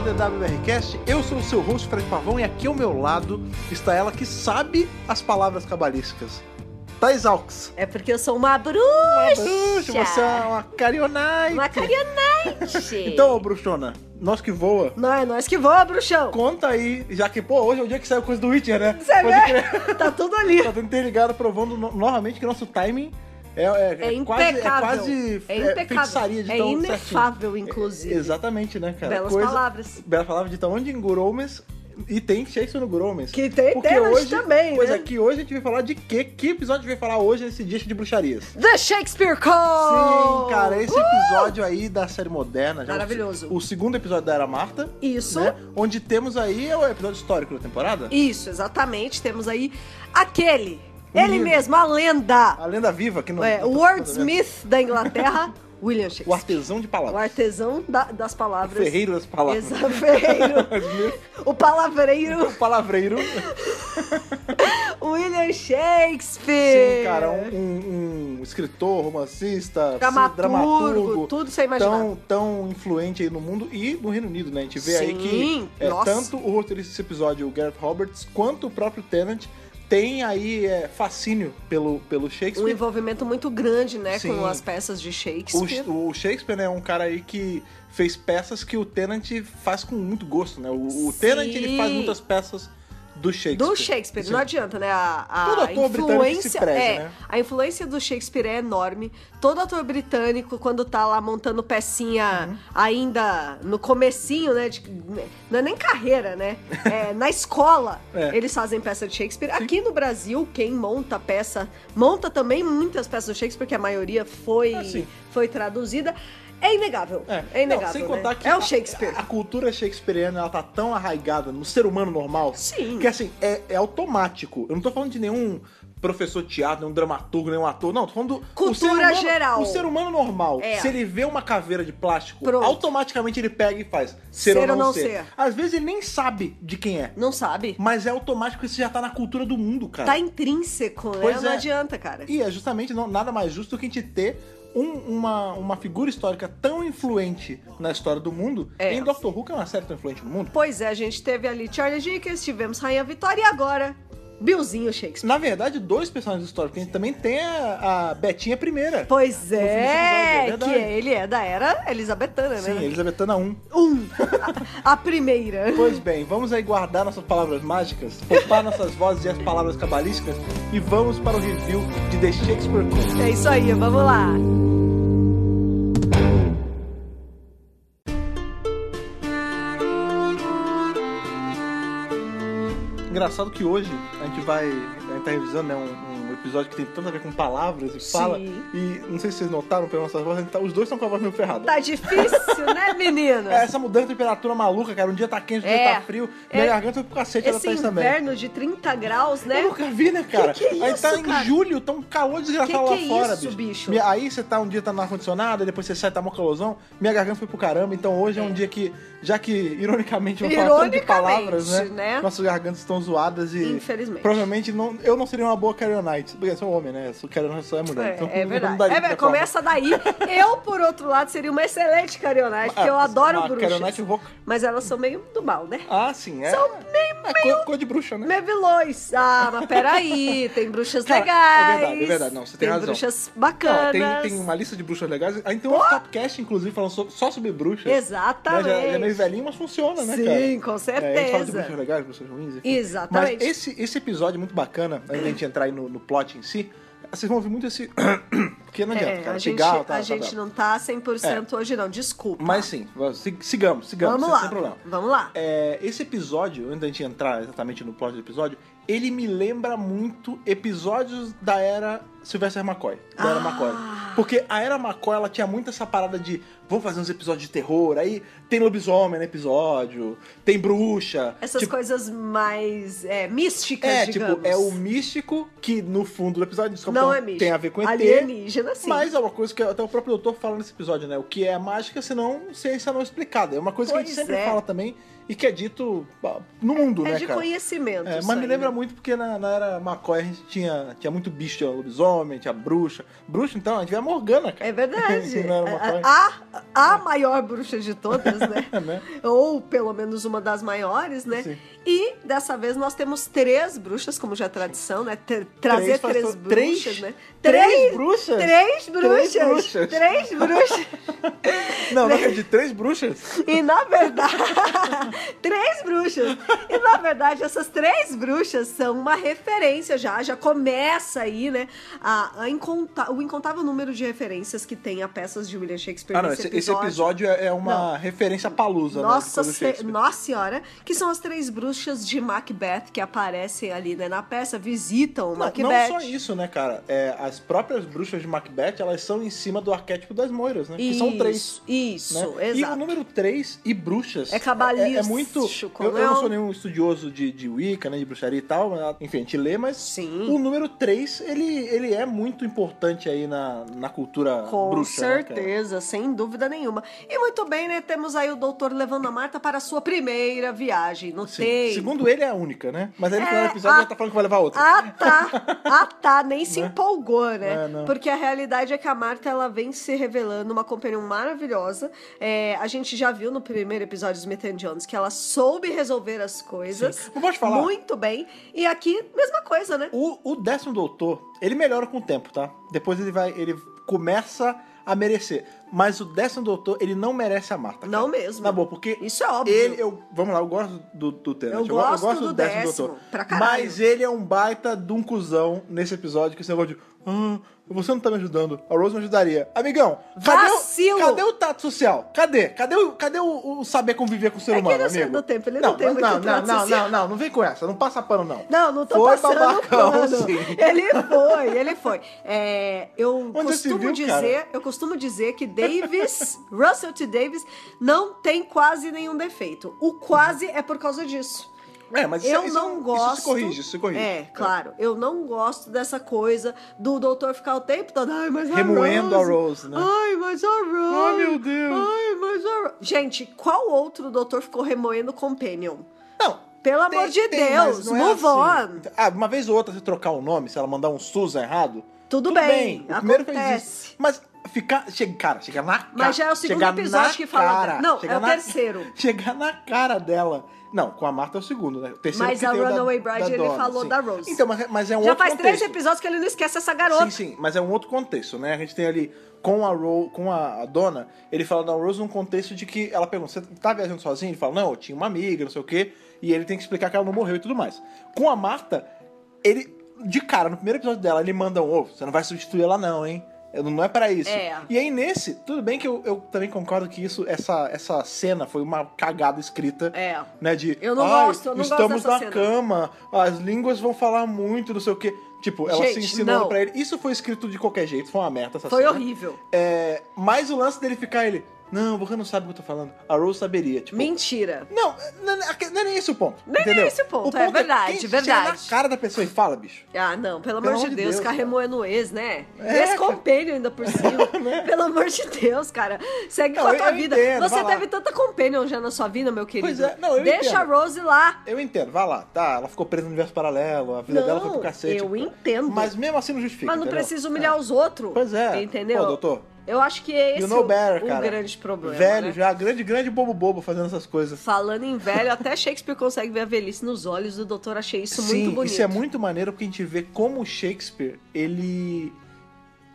BWRcast. Eu sou o seu host, Fred Pavão, e aqui ao meu lado está ela que sabe as palavras cabalísticas. Thais Alks. É porque eu sou uma bruxa. Bruxa, você é uma carionite. Uma carionite. Então, ô, bruxona, nós que voa, Não, é nós que voa, bruxão. conta aí, já que, pô, hoje é o dia que saiu coisa do Witcher, né? Você Pode vê? crer. Tá tudo ali. Tá tudo interligado, provando no- novamente que nosso timing é, é, É quase, é impecável. quase É é, feitiçaria impecável. de É tão certinho. inefável, inclusive. Exatamente, né, cara? Belas palavras. Bela palavra de tão onde em Guromes. E tem Shakespeare no Gromes. Que tem delas também, Pois né? é, que hoje a gente vai falar de quê? Que episódio a gente vai falar hoje nesse dia de bruxarias? The Shakespeare Call. Sim, cara, esse episódio aí da série moderna. já Uh! é Maravilhoso. O, o segundo episódio da Era Marta. Isso. Né? Onde temos aí é o episódio histórico da temporada. Isso, exatamente. Temos aí aquele, O ele livro. mesmo, a lenda. A lenda viva que não. É, o wordsmith da Inglaterra, William né? O Shakespeare. artesão de O palavras. artesão da- das palavras. Ferreiro das palavras. Exa- ferreiro. o palavreiro O palavreiro. William Shakespeare. Sim, cara, um, um- um escritor, romancista, dramaturgo, dramaturgo Então, tudo você imaginar. Um tão, tão influente aí no mundo e no Reino Unido, né? A gente vê aí que Sim, é, nossa. tanto o roteirista desse episódio, o Gareth Roberts, quanto o próprio Tennant tem aí é, fascínio pelo, pelo um Shakespeare. envolvimento muito grande, né, Sim. com as peças de O, Sh- Shakespeare. o Shakespeare né, é um cara aí que fez peças que o Tennant faz com muito gosto, né? O, o Tennant Sim. ele faz muitas peças do Shakespeare. do Shakespeare, Sim. não adianta, né? A, a Todo ator britânico influência se preze, é, né? a influência do Shakespeare é enorme. Todo ator britânico quando tá lá montando pecinha Uhum. ainda no comecinho, né, de- não é nem carreira, né? É, na escola É. eles fazem peça de Shakespeare. Aqui no Brasil, quem monta peça, monta também muitas peças do Shakespeare, que a maioria foi Ah, sim. foi traduzida. É inegável. É, inegável. Não, sem né? contar que é o a- Shakespeare. A, cultura shakespeariana ela tá tão arraigada no ser humano normal. Sim. Que assim, é, é automático. Eu não tô falando de nenhum professor de teatro, nenhum dramaturgo, nenhum ator. Não, tô falando do. Cultura o ser humano- geral. O ser humano normal. É. Se ele vê uma caveira de plástico, Pronto. automaticamente ele pega e faz. Ser, ou não, ser. Às vezes ele nem sabe de quem é. Não sabe? Mas é automático, isso já tá na cultura do mundo, cara. Tá intrínseco, né? Pois não é. adianta, cara. E é justamente não- nada mais justo do que a gente ter um- uma, uma figura histórica tão influente na história do mundo. É. Em Doctor Who, que é uma série tão influente no mundo. Pois é, a gente teve ali Charlie Dickens, tivemos Rainha Vitória e agora Billzinho Shakespeare. Na verdade, dois personagens históricos. A gente também tem a, a Betinha primeira. Pois fim desse é, episódio, é que verdade. ele é da era elizabetana, Sim, né? Elizabetana 1. Um, a, a primeira. Pois bem, vamos aí guardar nossas palavras mágicas, poupar nossas vozes e as palavras cabalísticas e vamos para o review de The Shakespeare Company. É isso aí, vamos lá. Engraçado que hoje a gente vai. A gente tá revisando né, um, um episódio que tem tanto a ver com palavras e Sim. fala. E não sei se vocês notaram pelas nossas vozes, a gente tá- os dois estão com a voz meio ferrada. Tá difícil, né, menina? É, essa mudança de temperatura maluca, cara. Um dia tá quente, um dia É. tá frio. Minha É. garganta foi pro cacete, ela Esse tá isso também. inverno de 30 graus, né? Eu nunca vi, né, cara? Que que é aí tá isso, em cara? julho, tá um calor desgraçado Que lá que é fora, isso, bicho? Minha- Aí você tá um dia tá no ar-condicionado, aí depois você sai, tá mó calosão. Minha garganta foi pro caramba, então hoje é, um dia que, já que ironicamente eu falo tanto de Ironicamente, palavras, né, né? Nossas gargantas estão zoadas e. Infelizmente. Provavelmente não, eu não seria uma boa Carionite. Porque eu sou homem, né? Eu sou Carionite só é mulher. É, então é não verdade. daria É, pra velho, começa daí. Eu, por outro lado, seria uma excelente carionite, porque eu Ah, adoro uma bruxas. carionite rouca. Mas elas são meio do mal, né? falar. Ah, sim, é. São meio- é cor, cor de bruxa, né? Mevilões. Ah, mas peraí, tem bruxas Cara, legais. é verdade, é verdade, não, você tem razão. bruxas Não, bacanas. tem, tem uma lista de bruxas legais. Aí tem um podcast, inclusive, falando so- só sobre bruxas. Exatamente. Né? Já, já é meio velhinho, mas funciona, né, Sim, cara? com É, a gente fala de certeza. bruxas legais, bruxas ruins. enfim. Exatamente. Mas esse, esse episódio é muito bacana, antes da gente entrar aí no, no plot em si. Vocês vão ouvir muito esse... Porque não adianta, É, cara. a gente, cigarro, tá, a tá, gente tá. É. não tá 100% hoje, não. Desculpa. Mas sim, vamos- sig- sigamos, sigamos, Vamos sem, lá. sem problema. Vamos lá. É, esse episódio, antes da gente entrar exatamente no plot do episódio, ele me lembra muito episódios da era Sylvester McCoy. Da era Ah. McCoy. Porque a era McCoy, ela tinha muito essa parada de vamos fazer uns episódios de terror, aí tem lobisomem no episódio, tem bruxa. Essas tipo, coisas mais é, místicas, É, digamos. tipo, é o místico que no fundo do episódio descobre Não que um é místico. tem a ver com ET. Alienígena, sim. Mas é uma coisa que até o próprio doutor fala nesse episódio, né? O que é mágica, senão ciência não explicada. É uma coisa que a gente Pois sempre é. fala também e que é dito ah, no mundo, É né, de cara? conhecimento. É, isso mas me aí, lembra né? muito porque na, na era McCoy a gente tinha, tinha muito bicho, tinha lobisomem, tinha bruxa. Bruxa, então, a gente vê a Morgana, cara. É verdade. Não era uma coisa. a, a- a maior bruxa de todas, né? Né? Ou pelo menos uma das maiores, né? Sim. E dessa vez nós temos três bruxas, como já é tradição, né? Tra- trazer faz três, todo- bruxas, três? né? Três bruxas? Três bruxas! Três bruxas. Três bruxas. Não, não é de três bruxas? E na verdade, três bruxas. E na verdade, essas três bruxas são uma referência já. Já começa aí, né? A, a inconta- o incontável número de referências que tem a peças de William Shakespeare. Ah, não, nesse esse, esse episódio é é uma referência palusa, Nossa, né? do se- Shakespeare. Nossa Senhora, que são as três bruxas de Macbeth que aparecem ali né, na peça, visitam o Não, Macbeth. não só isso, né, cara? É, as próprias bruxas de Macbeth, elas são em cima do arquétipo das moiras, né? Que são três. Isso, Isso, né? E o exato. número 3 e bruxas. É cabalístico, É, é muito. com Eu, eu leão. não sou nenhum estudioso de, de Wicca, né? De bruxaria e tal. mas, enfim, a gente lê, mas Sim. o número 3, ele, ele é muito importante aí na, na cultura Com bruxa. né, cara? certeza, sem dúvida nenhuma. E muito bem, né? Temos aí o doutor levando a Marta para a sua primeira viagem. No Sim. Tem. Segundo ele, é a única, né? Mas aí no É, final do episódio a- já tá falando que vai levar outra. Ah, tá. Ah, tá. Nem se Né? empolgou, né? É, não. Porque a realidade é que a Marta, ela vem se revelando uma companhia maravilhosa. É, a gente já viu no primeiro episódio de Smith and Jones que ela soube resolver as coisas. Sim. Mas pode falar? Muito bem. E aqui, mesma coisa, né? O, o décimo doutor, ele melhora com o tempo, tá? Depois ele vai. Ele começa a merecer. Mas o décimo doutor, ele não merece a Marta. cara. Não mesmo. Na boa, porque. Isso é óbvio. Ele, eu, vamos lá, eu gosto do, do Tennant. Eu go- gosto do décimo, pra caralho. Mas ele é um baita de um cuzão nesse episódio que esse negócio de. Ah, você não tá me ajudando. A Rose me ajudaria. Amigão, cadê Vacilo! o, cadê o tato social? Cadê? Cadê o, cadê o, o saber conviver com o ser É que humano, ele é o amigo? senhor do tempo, ele não tem mas muito não, tato não, social. não, não, não vem com essa. Não passa pano, não. Não, não tô Foi passando babacão, pano. sim. Ele foi, ele foi. É, eu Onde você costumo viu, cara? dizer, eu costumo dizer que Davis, Russell T. Davis, não tem quase nenhum defeito. O quase é por causa disso. É, mas isso, eu isso- não gosto. Isso se corrige, isso se corrige. É, claro. Eu não gosto dessa coisa do doutor ficar o tempo todo. Ai, mas a Remoendo a Rose. Rose, né? Ai, mas a Rose. Ai, meu Deus. Ai, mas a Rose. Gente, qual outro doutor ficou remoendo o Companion? Não. Pelo tem- amor de tem, mas Deus, não é move assim. on. Ah, uma vez ou outra, se trocar o nome, se ela mandar um Susan errado. Tudo Tudo bem, bem. O primeiro fez acontece. isso. Mas ficar. Chega, cara, chegar na cara. Mas já é o segundo chegar episódio na que fala cara, dela. Não, chegar é o na- terceiro. Chegar na cara dela. Não, com a Marta é o segundo, né? O terceiro Mas que a tem o da- Runaway da Bride, ele Donna, falou sim. da Rose. Então, mas, mas é um Já outro faz três contexto. episódios que ele não esquece essa garota. Sim, sim, mas é um outro contexto, né? A gente tem ali com a Ro, com a, a dona, ele fala da Rose num contexto de que ela pergunta: você tá viajando sozinho? Ele fala: não, eu tinha uma amiga, não sei o quê. E ele tem que explicar que ela não morreu e tudo mais. Com a Marta, ele, de cara, no primeiro episódio dela, ele manda um: ô, você não vai substituir ela, não, hein? Eu- Não é pra isso. É. E aí, nesse, tudo bem que eu, eu também concordo que isso, essa, essa cena foi uma cagada escrita. É. Né, de, Eu não "Ai, gosto, eu não gosto estamos dessa na cena." cama, as línguas vão falar muito, não sei o quê. Tipo, ela Gente, se ensinou não. pra ele. Isso foi escrito de qualquer jeito, foi uma merda essa Foi cena. horrível. É, mas o lance dele ficar ele. Não, você não sabe o que eu tô falando. A Rose saberia. Tipo, Mentira. não, não, não, não é nem esse o ponto. Não é nem entendeu? esse o ponto, é quem verdade, chega verdade. na cara da pessoa e fala, bicho. Ah, não, pelo amor de Deus, cara. carremou é no ex, né? É, Né? Esse compênio ainda por cima. Pelo amor de Deus, cara. Segue Não, com a eu- tua eu vida. entendo, Você vai lá. teve tanta companion já na sua vida, meu querido. é, não, eu Deixa entendo. a Rose lá. Eu entendo, vai lá, tá? Ela ficou presa no universo paralelo, a vida Não, dela foi pro cacete. eu entendo. Mas mesmo assim não justifica. Mas não entendeu? precisa humilhar É. os outros. Pois é. Entendeu? Pô, doutor. Eu acho que é esse You know o- better, o, cara. grande problema. Velho né? já, grande, grande bobo bobo fazendo essas coisas. Falando em velho, até Shakespeare consegue ver a velhice nos olhos do doutor. Achei isso Sim, muito bonito. isso é muito maneiro porque a gente vê como o Shakespeare, ele.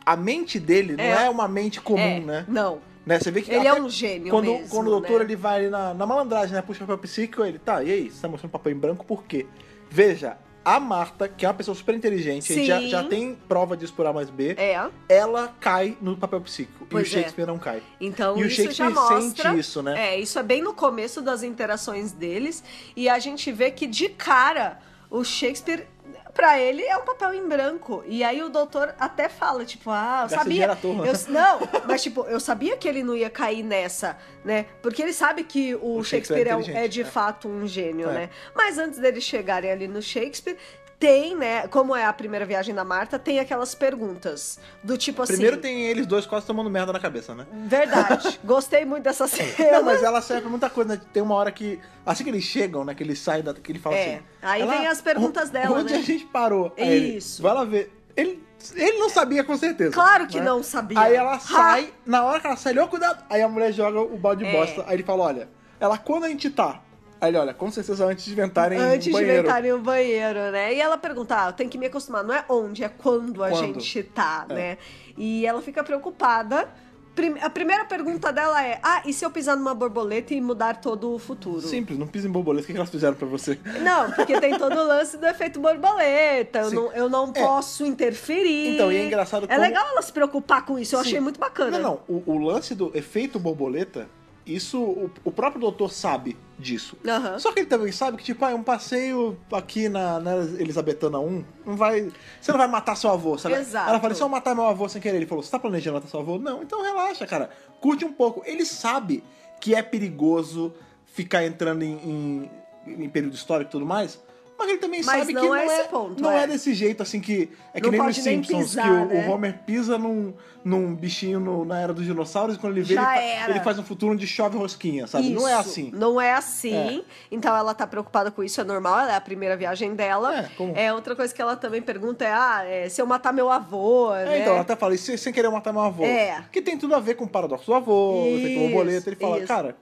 A mente dele não É. é uma mente comum, É, né? Não. Né, Você vê que Ele é até um gênio quando, mesmo, quando o doutor né? ele vai ali na, na malandragem, né? Puxa papel psíquico, ele tá, e aí? Você tá mostrando papel em branco por quê? Veja, a Marta, que é uma pessoa super inteligente, a gente já, Sim. já tem prova disso por A mais B, É. ela cai no papel psíquico. Pois e é. o Shakespeare não cai. Então E o isso já Shakespeare mostra. sente isso, né? É, isso é bem no começo das interações deles. E a gente vê que de cara o Shakespeare. Pra ele é um papel em branco. E aí o doutor até fala, tipo, ah, eu Gasta sabia. dinheiro à toa. eu- não, mas tipo, eu sabia que ele não ia cair nessa, né? Porque ele sabe que o, O Shakespeare, Shakespeare é é um- é, inteligente, de é. fato um gênio, É. né? Mas antes deles chegarem ali no Shakespeare, tem, né? Como é a primeira viagem da Marta, tem aquelas perguntas do tipo assim. Primeiro tem eles dois quase tomando merda na cabeça, né? Verdade. Gostei muito dessa cena. Não, É, mas ela serve pra muita coisa, né? Tem uma hora que. Assim que eles chegam, né? Que eles saem da. Que ele fala É, assim. aí "Ela- vem as perguntas o- dela, Onde né?" a gente parou? Aí Isso. Ele, vai lá ver. Ele, ele não sabia, com certeza. Claro que né? não sabia. Aí ela Ha! sai, na hora que ela sai, ele, "Ô, cuidado. Aí a mulher joga o balde de É. bosta. Aí ele fala: olha, ela quando a gente tá. Aí ele, olha, com certeza antes de inventarem Antes um de banheiro. inventarem o banheiro, né? E ela pergunta, ah, eu tenho que me acostumar. Não é onde, é quando a Quando. gente tá, É. né? E ela fica preocupada. Prim- A primeira pergunta dela é, ah, e se eu pisar numa borboleta e mudar todo o futuro? Simples, não pisa em borboleta. O que que elas fizeram pra você? Não, porque tem todo o lance do efeito borboleta. Eu Sim. não, eu não É. posso interferir. Então, e é engraçado É como- legal ela se preocupar com isso. Eu Sim. achei muito bacana. Não, não. O, o lance do efeito borboleta, isso o, o próprio doutor sabe disso. Aham. Só que ele também sabe que, tipo, ah, um passeio aqui na, na Elizabetana 1 não vai. Você não vai matar seu avô, sabe? Exato. Ela fala, e se eu matar meu avô sem querer? Ele falou, você tá planejando matar seu avô? Não, então relaxa, cara. Curte um pouco. Ele sabe que é perigoso ficar entrando em, em- em período histórico e tudo mais. Mas ele também Mas sabe não que é não, é, esse ponto, não é. é desse jeito, assim, que... É que Não nem nos pode nem Simpsons, que pisar, o, né? o Homer pisa num, num bichinho no- na Era dos Dinossauros e quando ele vê, ele, Já fa- era. ele faz um futuro onde chove rosquinha, sabe? Não é Isso, assim. Não é assim. Então ela tá preocupada com isso, é normal, ela é a primeira viagem dela. É, como- outra coisa que ela também pergunta é: ah, é, se eu matar meu avô, É, né? então, ela até fala, e se- sem querer matar meu avô? É. Que tem tudo a ver com o paradoxo do avô, não sei o que, Isso, o borboleta. Ele fala, isso. cara,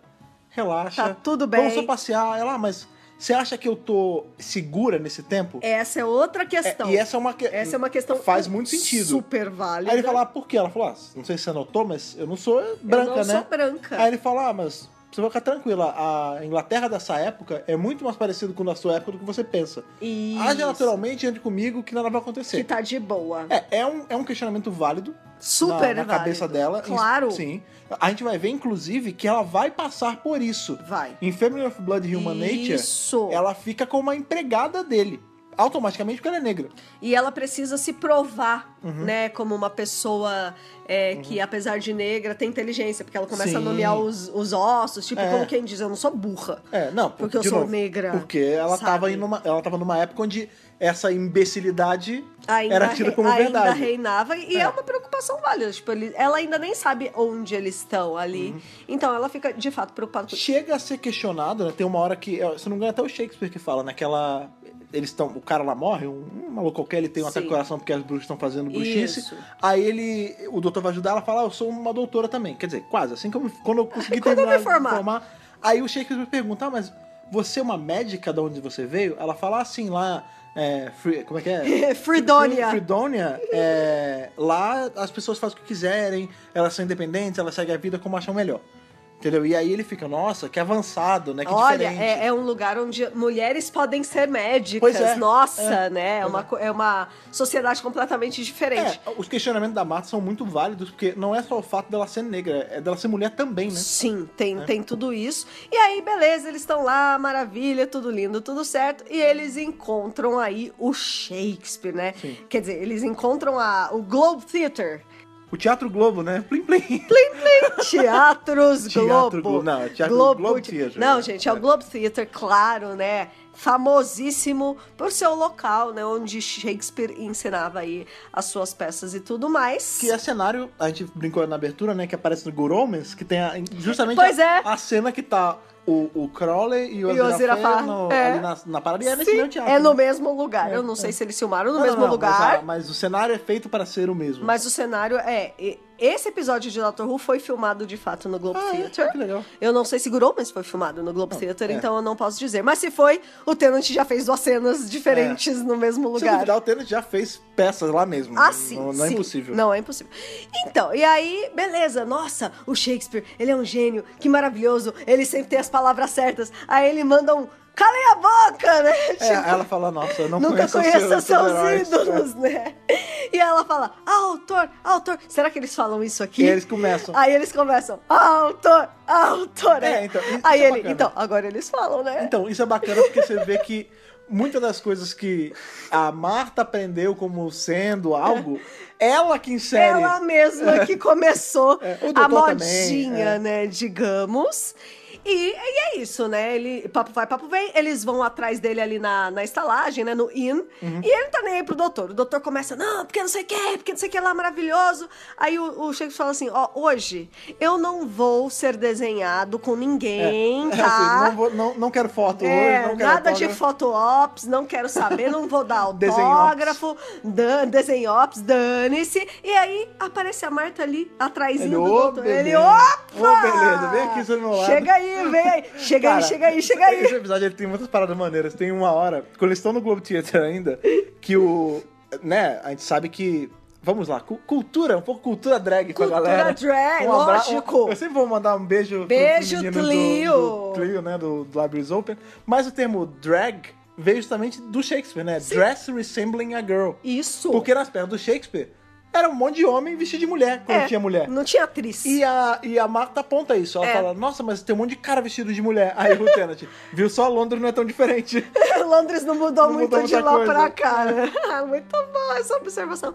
relaxa. Tá tudo bem. Vamos só passear. Ela, ah, mas você acha que eu tô segura nesse tempo? Essa é outra questão. É, e essa é uma que- Essa é uma questão Faz muito sentido. super válida. Aí ele fala, ah, por quê? Ela falou, ah, não sei se você notou, mas eu não sou branca, eu né? não sou branca. Aí ele fala, ah, mas você vai ficar tranquila, a Inglaterra dessa época é muito mais parecida com a sua época do que você pensa. Isso. Haja naturalmente, entre comigo, que nada vai acontecer. Que tá de boa. É, é um, é um questionamento válido. Super na, na válido. cabeça dela. Claro. Sim. A gente vai ver, inclusive, que ela vai passar por isso. Vai. Em Family of Blood e Human Isso. Nature, ela fica como a empregada dele. Automaticamente porque ela é negra. E ela precisa se provar, Uhum. né? Como uma pessoa é, que, apesar de negra, tem inteligência. Porque ela começa a Sim. nomear os, os ossos, tipo, É. como quem diz, eu não sou burra. É, não. Porque eu de sou novo, negra, Porque ela sabe? tava, em numa, ela tava numa época onde essa imbecilidade Ainda, era tida re- como ainda verdade. reinava e é. É. uma preocupação válida. Tipo, ele- ela ainda nem sabe onde eles estão ali. Então ela fica, de fato, preocupada com isso. Uhum. Chega a ser questionado, né? Tem uma hora que. Se não me engano, até o Shakespeare que fala, naquela. Eles estão. O cara lá morre, um, um maluco qualquer, ele tem um ataque Sim. ao coração porque as bruxas estão fazendo bruxice. Isso. Aí ele. O doutor vai ajudar ela fala, ah, eu sou uma doutora também. Quer dizer, quase, assim que eu me- quando eu consegui Quando eu me terminar de formar. Aí o Shakespeare pergunta, ah, mas você é uma médica de onde você veio? Ela fala assim lá. É, Fri- como é que é? Fridonia. Fridonia, é, lá as pessoas fazem o que quiserem, elas são independentes, elas seguem a vida como acham melhor. Entendeu? E aí ele fica, nossa, que avançado, né? Que Olha, diferente. é, é um lugar onde mulheres podem ser médicas. Pois é, Nossa, é. né? É uma, co- é uma sociedade completamente diferente. É, os questionamentos da Marta são muito válidos, porque não é só o fato dela ser negra, é dela ser mulher também, né? Sim, tem, tem tudo isso. E aí, beleza, eles estão lá, maravilha, tudo lindo, tudo certo. E eles encontram aí o Shakespeare, né? Sim. Quer dizer, eles encontram a, o Globe Theatre. O Teatro Globo, né? Plim, plim. Plim, plim, Teatros Teatro Globo. Globo, não, é Teatro Globo Theatre, Não, né? gente, é o É. Globe Theatre, claro, né? Famosíssimo por seu local, né? Onde Shakespeare ensinava aí as suas peças e tudo mais. Que é cenário, a gente brincou na abertura, né? Que aparece no Good Omens, que tem a- justamente Pois é. a, a cena que tá o, o Crowley e o E o Aziraphale Aziraphale, no- é. ali na, na parada. E é nesse Sim, mesmo teatro. é no né? mesmo lugar. É, Eu não é. sei se eles filmaram no Não, não, mesmo não, lugar. Mas, a- mas o cenário é feito para ser o mesmo. Mas o cenário é. e- Esse episódio de Doctor Who foi filmado de fato no Globo Ah, é? Theatre. Que legal. Eu não sei se Guru mas foi filmado no Globo Theatre, é. então eu não posso dizer. Mas se foi, o Tenant já fez duas cenas É. diferentes no mesmo Se lugar. duvidar, o Tennant já fez peças lá mesmo. Ah, sim. Não, não é sim. impossível. Não é impossível. Então, e aí, beleza. Nossa, o Shakespeare, ele é um gênio, que maravilhoso. Ele sempre tem as palavras certas. Aí ele manda um. Calem a boca, né? É, aí ela fala, nossa, eu não Nunca conheço, os conheço seus, seus heróis. ídolos, né? E ela fala, autor, autor. Será que eles falam isso aqui? E eles começam. Aí eles começam, autor, autor. É, então, isso Aí é ele, bacana. então, agora eles falam, né? Então, isso é bacana porque você vê que muitas das coisas que a Marta aprendeu como sendo algo, ela que insere. Ela mesma que começou É, o a doutor também, modinha, é. né? Digamos. E, e é isso, né? Ele, papo vai, papo vem. Eles vão atrás dele ali na, na estalagem, né? No inn. Uhum. E ele não tá nem aí pro doutor. O doutor começa, não, porque não sei o que, porque não sei o que lá, maravilhoso. Aí o, o Shakespeare fala assim, ó, hoje eu não vou ser desenhado com ninguém, É, tá? assim, não, vou- não- não quero foto É, hoje, não quero nada de autógrafo. foto ops, não quero saber, não vou dar Desenho autógrafo, dan, desenho ops, dane-se. E aí aparece a Marta ali, atrás Ele, do ô, doutor. beleza. Ele, opa! Ô, beleza, vem aqui, seu meu lado. Chega aí, vem aí, chega aí, Cara, chega aí, chega aí. Esse episódio ele tem muitas paradas maneiras. Tem uma hora, quando eles estão no Globo Theater ainda, que o. Né, a gente sabe que. Vamos lá, cu- cultura, um pouco cultura drag pra Cultura galera. Um drag, abra- lógico. eu sempre vou mandar um beijo pro Beijo, menino do- Tlio. Do, Tlio, né, do, do Libraries Open. Mas o termo drag veio justamente do Shakespeare, né? Dress resembling a girl. Isso. Porque nas pernas do Shakespeare era um monte de homem vestido de mulher quando É, tinha mulher. Não tinha atriz. E a, e a Marta aponta isso. Ela É. fala, nossa, mas tem um monte de cara vestido de mulher. Aí o Tenant, viu só Londres não é tão diferente. Londres não mudou Não muito mudou de muita lá coisa. pra cá, né? Ah, muito bom essa observação.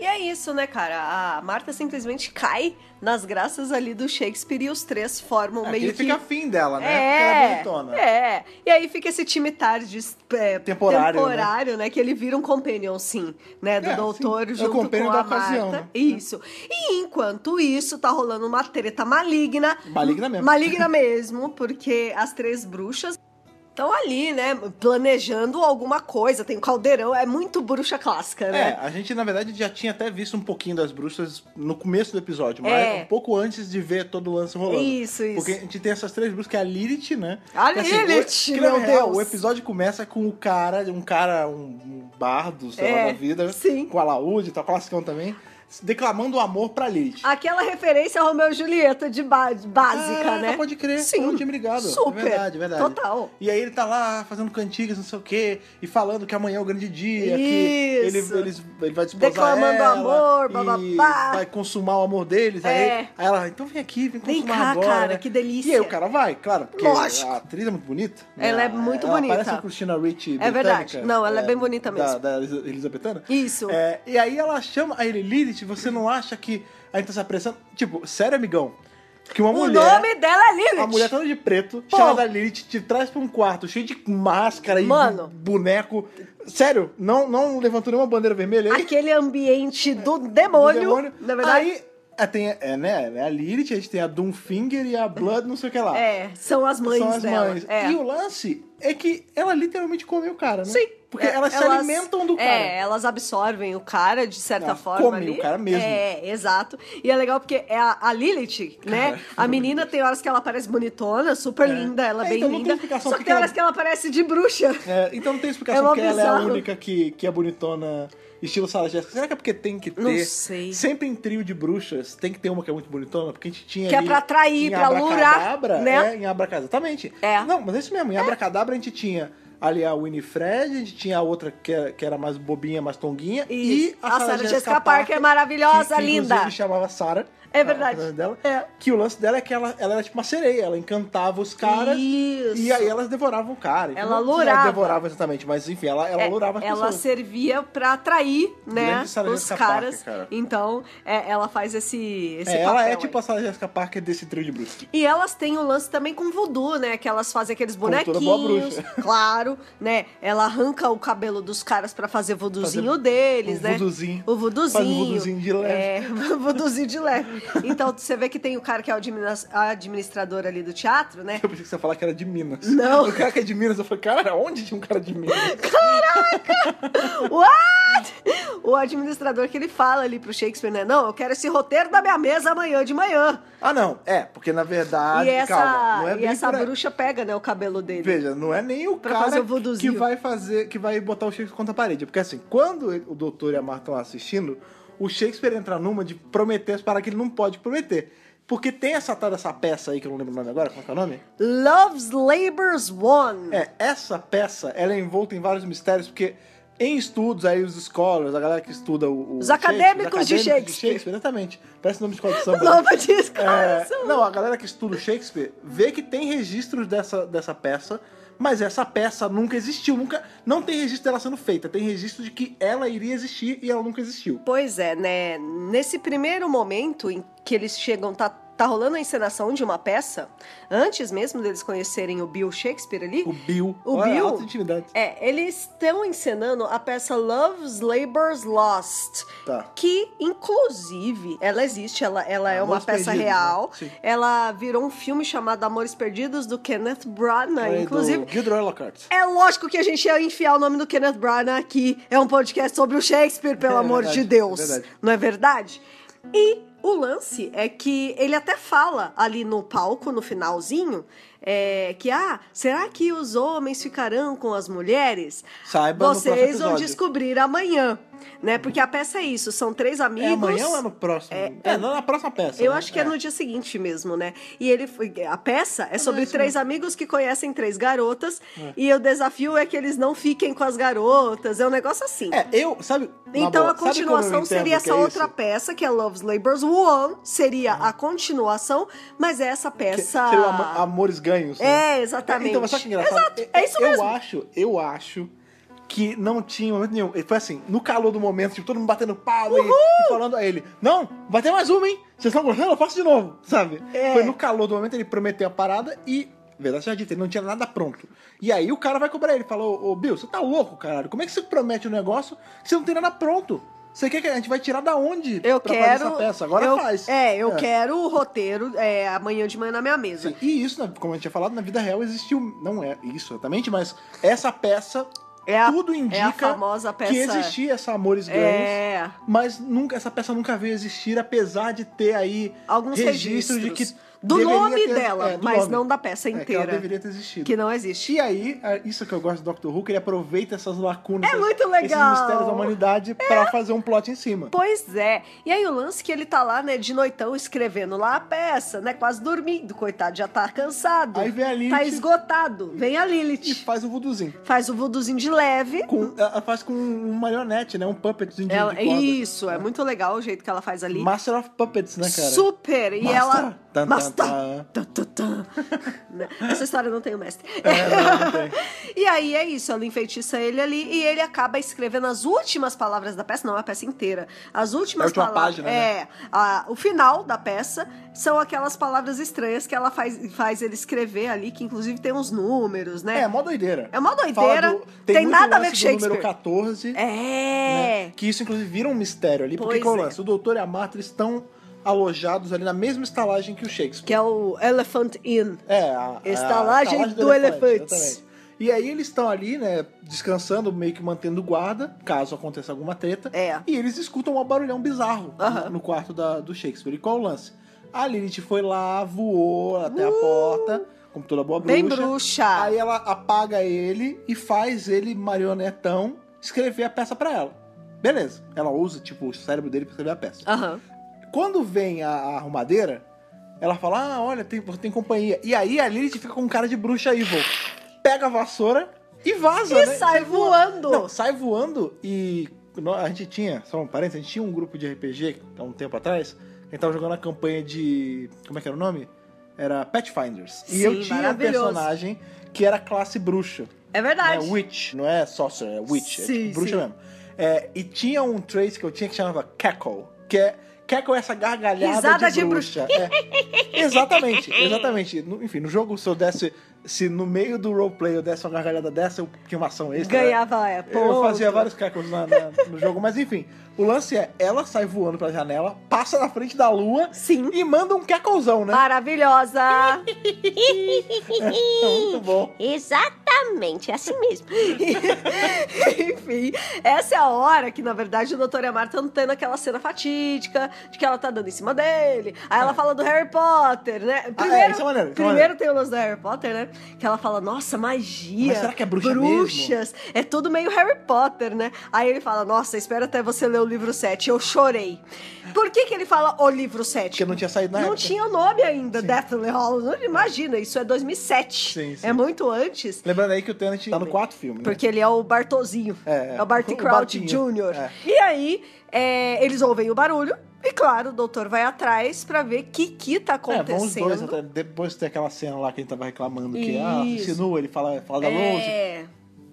E é isso, né, cara? A Marta simplesmente cai nas graças ali do Shakespeare e os três formam É, que meio ele que... fica afim dela, né? Porque ela é É, bonitona. é. E aí fica esse time tarde é, Temporário, temporário, né? Que ele vira um companion, sim, né? Do É, doutor sim. É o junto companion com a da ocasião, Marta. né? Isso. E enquanto isso, tá rolando uma treta maligna. Maligna mesmo. Maligna mesmo, porque as três bruxas estão ali, né? Planejando alguma coisa. Tem o caldeirão, é muito bruxa clássica, É, né? a gente, na verdade, já tinha até visto um pouquinho das bruxas no começo do episódio, mas É. um pouco antes de ver todo o lance rolando. Isso, isso. Porque a gente tem essas três bruxas, que é a Lilith, né? A Que, Lilith, o- que, na meu real, Deus. O episódio começa com o cara, um cara, um, um bardo, sei lá, É, da vida, sim. com a Laúde, tal, classicão também, declamando o amor pra Lilith. Aquela referência a Romeu e Julieta de ba- básica, Caraca, né? pode crer. Sim. Eu não tinha me ligado. Super. É verdade, é verdade. Total. E aí ele tá lá fazendo cantigas, não sei o quê, e falando que amanhã é o grande dia, que ele, Isso. eles- ele vai desposar Declamando ela, amor, e bababá. vai consumar o amor deles. Aí, É. aí ela, então vem aqui, vem Vem consumar cá, agora. cara, né? que delícia. E aí o cara vai, claro, porque Lógico. a atriz é muito bonita. Ela é Ela- muito ela bonita. Parece a Christina Ricci É verdade. britânica, Não, ela é bem bonita da- mesmo. Da Elizabetana. Isso. É, e aí ela chama a ele, Lilith, você não acha que a gente tá se apressando? Tipo, sério, amigão? Que uma o mulher... nome dela é Lilith. A mulher toda de preto, Pô. chama da Lilith, te traz pra um quarto cheio de máscara Mano. e boneco. Sério, não, não levantou nenhuma bandeira vermelha aí? Aquele ambiente do É. Do demônio, na verdade. Aí é, tem, é, né, a Lilith, a gente tem a Doomfinger e a Blood, não sei o que lá. É, são as mães São as dela. mães. É. E o lance é que ela literalmente comeu o cara, né? Sim. Porque É, elas, se alimentam do cara. É, elas absorvem o cara de certa Elas forma. comem ali. o cara mesmo. É, exato. E é legal porque é a, a Lilith, né? A menina tem horas que ela parece bonitona, super É. linda, ela É, bem então não tem linda. explicação Só porque que tem ela- horas que ela parece de bruxa. É, então não tem É explicação mó porque ela é a bizarro. única que, que é bonitona, estilo Sarah Jéssica. Será que é porque tem que ter. Não sei. Sempre em trio de bruxas tem que ter uma que é muito bonitona, porque a gente tinha. Que é ali, pra atrair, em pra lurar, Abracadabra, né? É, em Abracadabra. Exatamente. É. Não, mas é isso mesmo. Em Abracadabra a gente tinha ali a Winifred, a gente tinha a outra que era, que era mais bobinha, mais tonguinha. Isso. E a, Sarah Jessica Parker, é maravilhosa, que, que linda. inclusive chamava Sarah. É a- verdade. a personagem Dela, É. Que o lance dela é que ela, ela era tipo uma sereia, ela encantava os caras. Isso. E aí elas devoravam o cara. Ela Não que lurava. Ela devorava exatamente, mas enfim, ela, ela É, lurava as ela pessoas. servia pra atrair, né, Grande Sarah os Jessica caras. Parker, cara. Então, é, ela faz esse, esse É, ela papel é aí. tipo a Sarah Jessica Parker desse trio de bruxas. E elas têm o lance também com voodoo, né? Que elas fazem aqueles Como toda bonequinhos. boa bruxa. Claro, né? Ela arranca o cabelo dos caras pra fazer voodoozinho Fazer deles, um né? voodoozinho. O voodoozinho. Faz um voodoozinho de leve. É, um voodoozinho de leve. Então, você vê que tem o cara que é o admina- administrador ali do teatro, né? Eu pensei que você ia falar que era de Minas. Não. O cara que é de Minas, eu falei, cara, onde tinha um cara de Minas? What? O administrador que ele fala ali pro Shakespeare, né? Não, eu quero esse roteiro da minha mesa amanhã de manhã. ah, não. É, porque na verdade, e essa, calma, não é e bem essa por aí. bruxa pega, né, o cabelo dele. Veja, não é nem o Pra cara fazer o voodoozinho. que vai fazer, que vai botar o Shakespeare contra a parede. Porque assim, quando ele- o doutor e a Marta estão lá assistindo, o Shakespeare entra numa de prometer as paradas que ele não pode prometer. Porque tem essa tal dessa peça aí, que eu não lembro o nome agora, qual que é o nome? Love's Labor's Won. É, essa peça, ela é envolta em vários mistérios, porque em estudos, aí os scholars, a galera que estuda o... o Os Shakespeare, acadêmicos de Shakespeare. Exatamente. Parece nome de escola de samba. né? Nova de escola, É, isso. não, a galera que estuda o Shakespeare vê que tem registros dessa, dessa peça, mas essa peça nunca existiu, nunca. Não tem registro dela sendo feita, tem registro um de que ela iria existir e ela nunca existiu. Pois é, né? Nesse primeiro momento, em que eles chegam, tá, tá rolando a encenação de uma peça, antes mesmo deles conhecerem o Bill Shakespeare ali. O Bill. O Olha, Bill- Alta intimidade. É, eles estão encenando a peça Love's Labour's Lost, Tá. que inclusive ela existe, ela, ela é uma Amores peça Perdidos, real. né? Sim. Ela virou um filme chamado Amores Perdidos do Kenneth Branagh, É Ah, inclusive. Do Gilderoy Lockhart. É lógico que a gente ia enfiar o nome do Kenneth Branagh aqui. É um podcast sobre o Shakespeare, pelo É amor verdade, de Deus. é verdade. não é verdade? E o lance é que ele até fala ali no palco, no finalzinho, é, que, ah, será que os homens ficarão com as mulheres? Saiba no próximo Vocês vão episódio. descobrir amanhã, né? Porque a peça é isso, são três amigos... É amanhã ou é no próximo? É, É, é- não, na próxima peça. Eu né? acho que é. no dia seguinte mesmo, né? E ele foi- a peça é sobre isso três amigos que conhecem três garotas e o desafio é que eles não fiquem com as garotas, é um negócio assim. É, eu, sabe... na Então boa, a sabe como eu continuação entendo seria que essa é outra isso? peça, que é Love's Labour's One, seria a continuação, mas é essa Que peça Seria o Amo- Amores Ganhos. né? É, exatamente. Então, mas sabe que é engraçado? Exato, é isso eu mesmo. acho, eu acho que não tinha momento nenhum. Foi assim, no calor do momento, tipo, todo mundo batendo palma e, e falando a ele, não, vai ter mais uma, hein? Vocês estão gostando? Eu faço de novo, sabe? É. Foi no calor do momento, ele prometeu a parada e... Verdade seja dita, ele não tinha nada pronto. E aí o cara vai cobrar ele, falou, ô Bill, você tá louco, caralho? Como é que você promete um negócio que você não tem nada pronto? Você quer que a gente vai tirar da onde Eu pra quero. fazer essa peça? Agora eu- faz. É, eu quero o roteiro é, amanhã de manhã na minha mesa. Sim, E isso, né, como a gente tinha falado, na vida real existiu. Não é isso exatamente, mas essa peça, É a- tudo é a indica famosa peça. que existia essa Amores Ganhos. É. Mas nunca, essa peça nunca veio a existir, apesar de ter aí alguns registros, registro de que. do deveria nome ter- dela, é, do mas nome. não da peça É, que ela inteira, que, deveria ter existido. não existe. E aí, é isso que eu gosto do Doctor Who, que ele aproveita essas lacunas, É essas- muito legal. É. esses mistérios da humanidade, pra fazer um plot em cima. Pois é. E aí o lance que ele tá lá, né, de noitão escrevendo lá a peça, né, quase dormindo, coitado, já tá cansado. Aí vem a Lilith tá esgotado. Vem a e Lilith. faz o vuduzinho. Faz o vuduzinho de leve. Com, ela faz com um marionete, né? Um puppetzinho de, Ela- de corda. isso, é muito legal o jeito que ela faz ali. Master of Puppets, né, cara? Super! E Master. ela. Tan, tan, Master. tan. Tan, tan, tan. Né? Essa história não tem o mestre. É, não, não tem. e aí é isso, ela enfeitiça ele ali e ele acaba escrevendo as últimas palavras da peça, não a peça inteira. As É a últimas última palavras. página, é, né? a- o final da peça são aquelas palavras estranhas que ela faz, faz ele escrever ali, que inclusive tem uns números, né? É, mó doideira. É mó doideira, Fala tem muito nada a ver lance com do Shakespeare. número 14, É. É, né, que isso inclusive vira um mistério ali, Pois porque qual é. é. o lance? O doutor e a Marta estão alojados ali na mesma estalagem que o Shakespeare. Que é o Elephant Inn. É, a, a- Estalagem a do elefante. exatamente. E aí eles estão ali, né, descansando, meio que mantendo guarda, caso aconteça alguma treta. É. E eles escutam um barulhão bizarro Aham. no quarto da- do Shakespeare. E qual é o lance? A Lilith foi lá, voou até a porta, como toda boa bruxa. Uh! Bem bruxa. Aí ela apaga ele e faz ele, marionetão, escrever a peça pra ela. Beleza. Ela usa, tipo, o cérebro dele pra escrever a peça. Aham. Quando vem a, a arrumadeira, ela fala: Ah, olha, tem, tem companhia. E aí a Lilith fica com cara de bruxa evil. Pega a vassoura e vaza. E né? sai voando. Não, sai voando e. nó- A gente tinha, só um parênteses, a gente tinha um grupo de RPG há um tempo atrás. A gente tava jogando a campanha de. Como é que era o nome? Era Pathfinders. Sim, e eu tinha um maravilhoso. personagem que era classe bruxa. É É verdade. witch, não é sorcerer, é witch. é Sim, tipo bruxa sim. mesmo. É, e tinha um trace que eu tinha que chamava cackle, que é cackle é essa gargalhada Risada de de bruxa. É. exatamente, exatamente. No- enfim, no jogo, se eu desse, se no meio do roleplay eu desse uma gargalhada dessa, eu tinha uma ação extra. né? Ganhava é, Eu ponto. fazia vários cackles na- na- no jogo, mas enfim. O lance é, ela sai voando pela janela, passa na frente da lua Sim. e manda um cacklezão, né? Maravilhosa! É muito bom. Exatamente, é assim mesmo. Enfim, essa é a hora que, na verdade, o Doutor e a Marta não tendo aquela cena fatídica de que ela tá dando em cima dele. Aí ela fala do Harry Potter, né? Primeiro, isso Ah. é maneiro, isso é primeiro maneiro. tem o lance do Harry Potter, né? Que ela fala, nossa, magia. Mas será que é bruxa Bruxas. É tudo meio Harry Potter, né? Aí ele fala, nossa, espera até você ler o livro 7. Eu chorei. Por que, que ele fala o livro 7? Porque não tinha saído na Não época. tinha o nome ainda, Deathly Hallows. Não Imagina, isso é 2007. Sim, sim. É muito antes. Lembrando aí que o Tenant tá no quarto filme, né? Porque ele é o Bartozinho. É, É, o Barty o Crouch Bartinho, Jr. é. E aí, é, eles ouvem o barulho. E claro, o doutor vai atrás pra ver o que que tá É, vão os dois, acontecendo. até- depois tem aquela cena lá que a gente tava reclamando, que ah, Isso. insinua, ele fala, fala da lousa. É,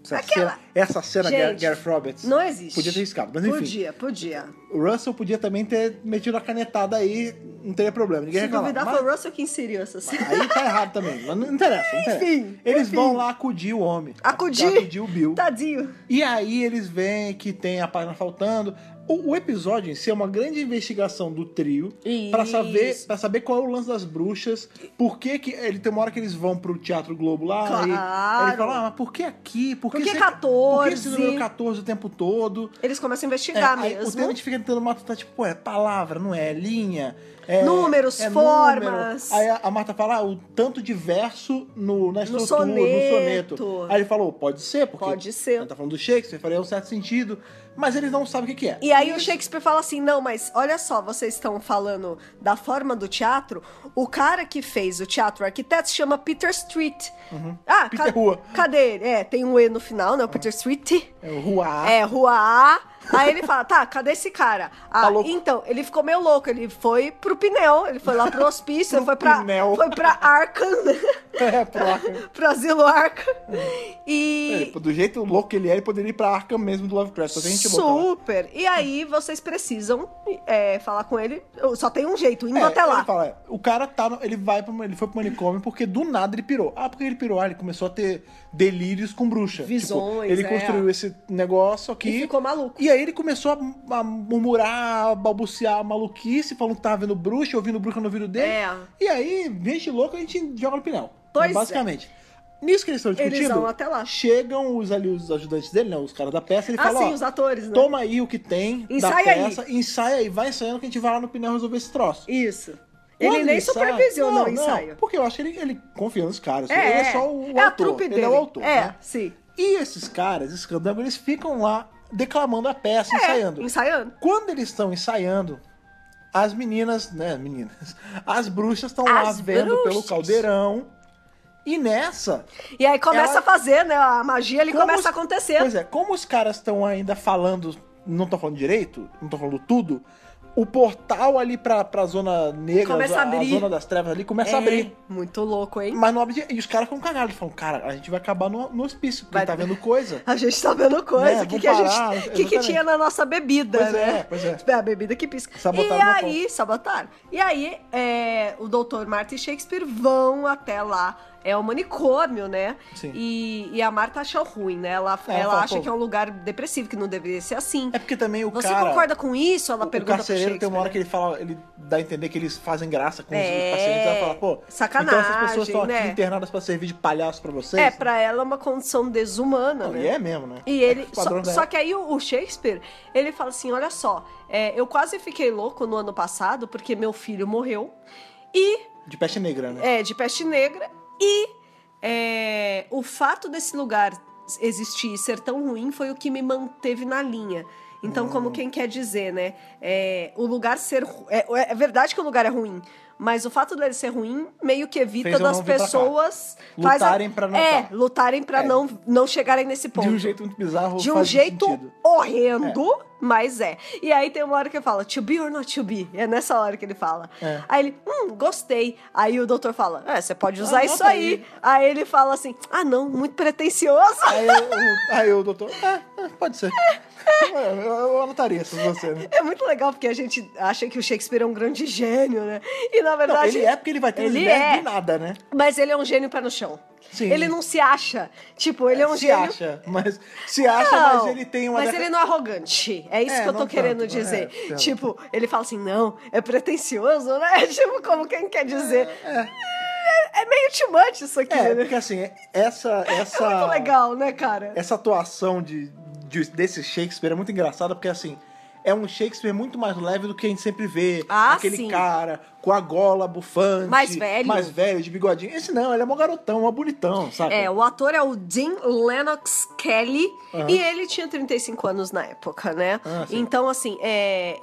Essa aquela- cena, essa cena Gente, Gar- Gareth Roberts, não existe. Podia ter escapado, mas enfim. Podia, podia. o Russell podia também ter metido a canetada aí não teria problema, ninguém Se reclamava. duvidar, Mas- foi o Russell quem inseriu essa cena. Aí tá errado também, mas não interessa, não interessa. Enfim, eles enfim. vão lá acudir o homem. Acudir. Tá. Acudir o Bill. Tadinho. E aí eles veem que tem a página faltando. O, o episódio em si é uma grande investigação do trio pra saber Isso. para saber qual é o lance das bruxas, por que que ele tem uma hora que eles vão pro Teatro Globo lá Claro. e aí ele fala: "Ah, mas por que aqui? Por que, Por esse- Por que que esse 14? número 14 o tempo todo?" Eles começam É, a investigar aí o mesmo. Tenant fica tentando matutar, tipo, pô, é palavra, não é? É linha? É, Números, é formas. Aí a, a Marta fala, ah, o tanto de verso no, na No estrutura, no soneto. soneto. Aí ele falou, pode ser, porque Pode ser. ele tá falando do Shakespeare, faria um certo sentido, mas eles não sabem o que, que é. E aí o Shakespeare fala assim: não, mas olha só, vocês estão falando da forma do teatro. O cara que fez o teatro arquiteto se chama Peter Street. Ah, Uhum. Peter Rua. cadê ele? É, tem um E no final, né? O Peter Street. É o Ruá. É, rua A. Aí ele fala, tá, cadê esse cara? Ah, Tá louco. então, ele ficou meio louco, ele foi pro pneu, ele foi lá pro hospício, ele foi pra, pneu. foi pra Arkham, né? É, pro Arkham. pro asilo Arkham. É, E... do jeito louco que ele é, ele poderia ir pra Arkham mesmo do Lovecraft. Só tem gente boa. lá. Super! E aí, vocês precisam é, falar com ele. Só tem um jeito, indo É, até lá. Ele fala, é, o cara tá. no- ele vai pro, ele foi pro manicômio porque do nada ele pirou. Ah, porque ele pirou, ah, ele começou a ter delírios com bruxa. Tipo, Visões, ele é. construiu esse negócio aqui. E ficou maluco. E aí ele começou a, a murmurar, a balbuciar maluquice, falando que tava vendo bruxa, ouvindo bruxa no ouvido dele. É. E aí, gente louca, a gente joga no pinel. Pois é. basicamente. Nisso que eles estão Eles discutindo, vão até lá. chegam os, ali, os ajudantes dele, né? Os caras da peça, ele Ah, fala, sim, ó, os atores, né? toma aí o que tem Ensaia da aí. peça, ensaia aí, vai ensaiando que a gente vai lá no pinel resolver esse troço. Isso. Quando Ele nem ensaia- supervisionou ah, Não, o ensaio. Não, porque eu acho que ele, ele confia nos caras. ele é só o é a autor, trupe ele dele. é o autor, É, né? sim. E esses caras, esses candangos, eles ficam lá declamando a peça, ensaiando. É, ensaiando. Quando eles estão ensaiando, as meninas, né, meninas, as bruxas estão lá As vendo pelo bruxas. caldeirão. E nessa, E aí começa Ela- a fazer, né? A magia ele como começa os- a acontecer. Pois é, como os caras estão ainda falando, não estão falando direito, não estão falando tudo, o portal ali pra, pra zona negra, Começa a a, abrir. zona das trevas ali, começa a É, abrir. Muito louco, hein? Mas não abre. E os caras ficam cagados, eles falam, cara, a gente vai acabar no, no hospício, porque Vai- tá vendo coisa. A gente tá vendo coisa. Né, O que, vamos que a parar, gente. que, que exatamente. tinha na nossa bebida, Pois né? é, pois é. A bebida que pisca. Sabotaram e meu aí, sabotaram. E aí, é, o doutor Marta e Shakespeare vão até lá. É o manicômio, né? Sim. E, e a Marta acha ruim, né? Ela, É, ela, ela fala, acha pô, que é um lugar depressivo, que não deveria ser assim. É porque também o Você cara. concorda com isso? Ela o- o pergunta pro carcereiro tem uma hora que Shakespeare, né? ele fala, ele dá a entender que eles fazem graça com É, os pacientes. Ela fala, pô, sacanagem, então essas pessoas estão aqui né? internadas pra servir de palhaço pra vocês. né? É, pra ela é uma condição desumana, Não, né? E é mesmo, né? E ele. É o Só, padrão dela. só que aí o o Shakespeare, ele fala assim: olha só, é, eu quase fiquei louco no ano passado porque meu filho morreu. E. De peste negra, né? É, de peste negra. E é, o fato desse lugar existir e ser tão ruim foi o que me manteve na linha. Então, Hum. como quem quer dizer, né? é, o lugar ser. ru- É, é verdade que o lugar é ruim. Mas o fato dele ser ruim meio que evita Fez eu das não vir pra cá. pessoas faz Lutarem pra não é tá. lutarem para É. não não chegarem nesse ponto De um jeito muito bizarro. de um faz jeito sentido. horrendo, mas é. E aí tem uma hora que ele fala, to be or not to be. É nessa hora que ele fala. É. Aí ele, hum, gostei. Aí o doutor fala, é, você pode usar Anota isso aí. aí. aí. ele fala assim, ah não, muito pretencioso. Aí, o, aí o doutor. É, é, pode ser. Eu, eu anotaria se fosse você, né? É muito legal, porque a gente acha que o Shakespeare é um grande gênio, né? E na Não, verdade... ele é porque ele vai ter ele as ideias é. do nada, né? Mas ele é um gênio pé no chão. Sim. Ele não se acha. Tipo, ele é, um se gênio... acha, mas se acha, mas Não, ele tem uma mas deca- ele não é arrogante. É isso É, que eu tô não querendo tanto, é, dizer. pelo- tipo, ele fala assim: não, é pretencioso, né? Tipo, como quem quer dizer. É, é meio timante isso aqui, É, né? porque assim, essa É essa muito legal, né, cara? essa atuação de, de- desse Shakespeare é muito engraçada, porque assim, é um Shakespeare muito mais leve do que a gente sempre vê. Ah, Aquele sim. cara com a gola bufante. Mais velho. Mais velho, de bigodinho. Esse não, ele é mó garotão, mó bonitão, sabe? É, o ator é o Dean Lennox Kelly Aham. e ele tinha 35 anos na época, né? Ah, sim. então, assim, é,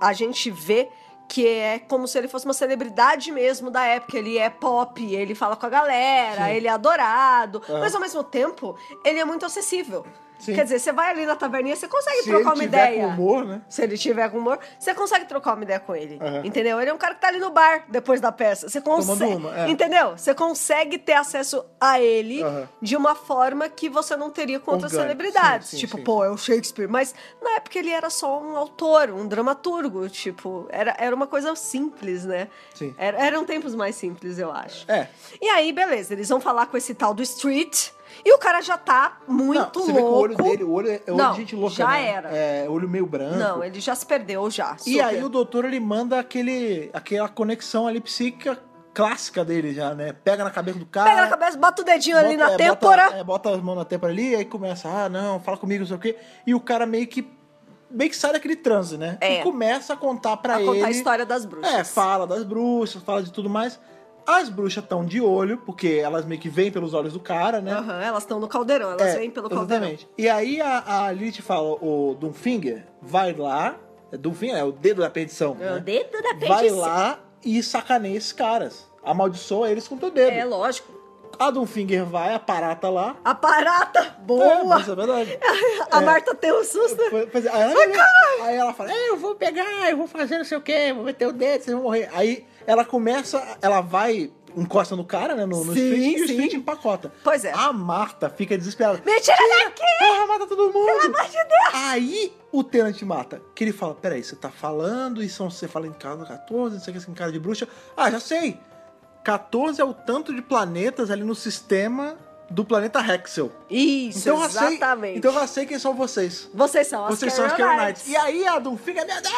a gente vê que é como se ele fosse uma celebridade mesmo da época. Ele é pop, ele fala com a galera, Sim. ele é adorado, Aham. mas ao mesmo tempo, ele é muito acessível. Sim. Quer dizer, você vai ali na taverninha, você consegue Se trocar ele uma tiver ideia. com humor, né? Se ele tiver com humor, você consegue trocar uma ideia com ele. Aham. Entendeu? Ele é um cara que tá ali no bar depois da peça. Você consegue. Tomando uma, é. Entendeu? Você consegue ter acesso a ele Aham. de uma forma que você não teria com outras Orgânico. celebridades. Sim, sim, tipo, sim. pô, é o Shakespeare. Mas na época ele era só um autor, um dramaturgo. Tipo, era, era uma coisa simples, né? Sim. Era- eram tempos mais simples, eu acho. É. E aí, beleza, eles vão falar com esse tal do Street. E o cara já tá muito Não, você louco. vê que o olho dele, o olho é é olho Não, de gente louca, já né? era. É, olho meio branco. Não, ele já se perdeu já. E super. aí o doutor ele manda aquele, aquela conexão ali psíquica clássica dele já, né? Pega na cabeça do cara. Pega na cabeça, bota o dedinho ali na é, têmpora. Bota, é, bota as mãos na têmpora ali, aí começa, ah, não, fala comigo, não sei o quê. E o cara meio que meio que sai daquele transe, né? É. E começa a contar pra a ele. contar a história das bruxas. É, fala das bruxas, fala de tudo mais. As bruxas estão de olho, porque elas meio que veem pelos olhos do cara, né? Aham, elas estão no caldeirão, elas É, vêm pelo caldeirão. exatamente. E aí a, a Lilith fala, o Doomfinger vai lá, é Doomfinger, é o dedo da perdição, É né? O dedo da Vai perdição. lá e sacaneia esses caras. Amaldiçoa eles com o teu dedo. É lógico. A Doomfinger vai, aparata lá. A parata, É, boa! mas é verdade. a Marta tem um susto. Pois é, aí, ela, aí ela fala, "É, eu vou pegar, eu vou fazer não sei o quê, vou meter o dedo, vocês vão morrer. Aí ela começa, ela vai, encosta no cara, né, no, no Sim, street, e o sim. street empacota. Pois é. A Marta fica desesperada. Me tira daqui! Porra, mata todo mundo! Pelo amor de Deus! Aí o Tenant mata. Que ele fala: peraí, você tá falando, e são, você fala em casa 14, não sei o que, assim, em casa de bruxa. Ah, já sei! 14 é o tanto de planetas ali no sistema do planeta Hexel. Isso, Então eu já sei, exatamente. então eu já sei quem são vocês. Vocês são as Vocês são as Carolinas. Caronites. E aí a Doom fica, meu Deus,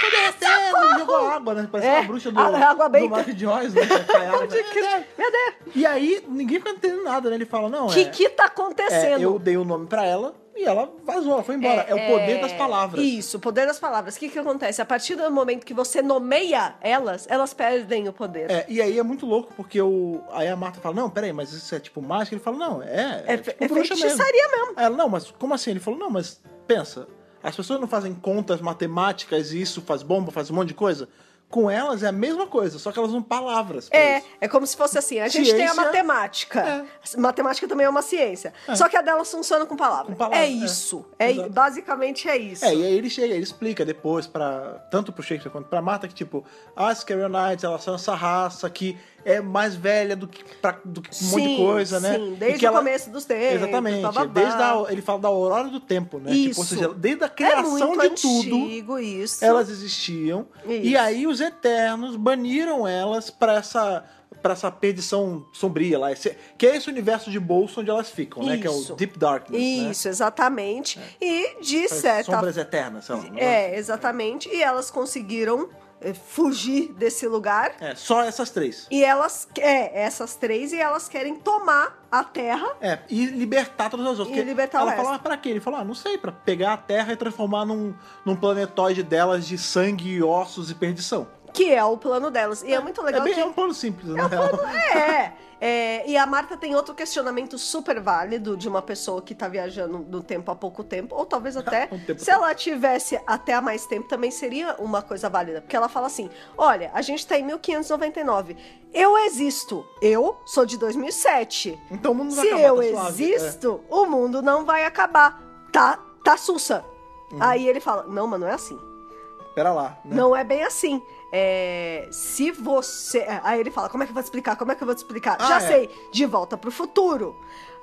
tô derretendo! Jogou água, né? Parece É, uma bruxa do, a água do benta. Mark Joyce, né? Caiada. Pode crer. Meu Deus! E aí ninguém fica entendendo nada, né? Ele fala, não, O é... que que tá É, acontecendo? eu dei o nome pra ela e ela vazou, ela foi embora. É, o poder das palavras. Isso, o poder das palavras. O que, que acontece? A partir do momento que você nomeia elas, elas perdem o poder. É, e aí é muito louco, porque o, aí a Marta fala, não, peraí, mas isso é tipo mágica? Ele fala, não, é, É fe- tipo é bruxa mesmo. feitiçaria mesmo. Aí Ela, não, mas como assim? Ele falou, não, mas pensa, as pessoas não fazem contas matemáticas e isso faz bomba, faz um monte de coisa? Com elas é a mesma coisa, só que elas usam palavras. pra É, isso. é como se fosse assim. A gente Ciência- tem a matemática. Matemática também é uma ciência. Só que a delas funciona com palavras. Com palavras, é é. isso. É, Exato. basicamente é isso. É, e aí ele chega, ele explica depois para tanto pro Shakespeare quanto pra Marta que tipo, as Carolites, elas são é essa raça que é mais velha do que pra- do que um monte de Sim, coisa, né? Sim, E desde que o ela- começo dos tempos. Exatamente. bababá. É Desde a, ele fala da aurora do tempo, né? Tipo, ou Isso. seja, desde a é criação muito de um tudo, antigo isso. elas existiam. E Isso. aí os eternos baniram elas pra essa para essa perdição sombria lá, esse- que é esse universo de bolso onde elas ficam, né? Que é Isso. o Deep Darkness, né? É. Isso, exatamente. E de Essas certa Sombras eternas, sei lá. né? É, exatamente. E elas conseguiram eh, fugir desse lugar. É, só essas três. E elas, é, essas três, e elas querem tomar a terra. É, e libertar todas as outras. E Porque libertar o ela resto. falou, ah, pra quê? Ele falou, ah, não sei, pra pegar a Terra e transformar num, num planetoide delas de sangue, ossos e perdição. Que é o plano delas. E é, muito legal é bem, que. é um plano simples, na real. É, é, e a Marta tem outro questionamento super válido de uma pessoa que tá viajando no tempo há pouco tempo, ou talvez até, Um tempo se ela tivesse até há mais tempo, também seria uma coisa válida. Porque ela fala assim, olha, a gente tá em 1599, eu existo, eu sou de 2007, Então o mundo não vai se acabar, eu tá suave. existo, o mundo não vai acabar, tá, tá sussa. Uhum. Aí ele fala, não, mas não é assim. É, pera lá. né? Não é bem assim. É, se você. é, Aí ele fala: como é que eu vou te explicar? Como é que eu vou te explicar? Ah, Já é. sei, de volta pro futuro.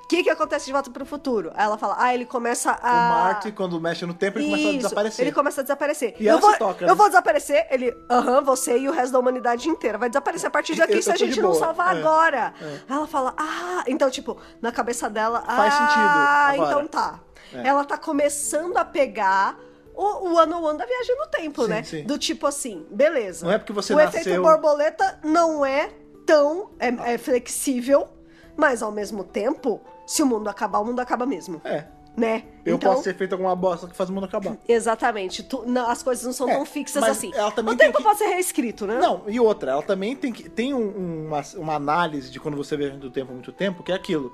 O que, que acontece de volta pro futuro? Aí ela fala: ah, ele começa a. O Marte, quando mexe no tempo, ele começa a Isso, desaparecer. Ele começa a desaparecer. E eu ela vou, se toca, eu né? vou desaparecer, ele, aham, você e o resto da humanidade inteira. Vai desaparecer a partir daqui Eu- se eu a tô de gente não boa. salvar É, agora. Aí ela fala, ah, então, tipo, na cabeça dela. Faz ah, sentido agora." então tá. É. Ela tá começando a pegar. O, o ano one da viagem no tempo, Sim, né? sim. Do tipo assim, beleza. Não é porque você o efeito nasceu- borboleta não é tão é- é flexível, mas ao mesmo tempo, se o mundo acabar, o mundo acaba mesmo, É. né? Eu posso ter feito alguma bosta que faz o mundo acabar. Exatamente. Tu- não, as coisas não são É, tão fixas mas assim. ela também o tem tempo que- pode ser reescrito, né? Não, e outra, ela também tem que tem um- uma, uma análise de quando você viaja do tempo há muito tempo, que é aquilo.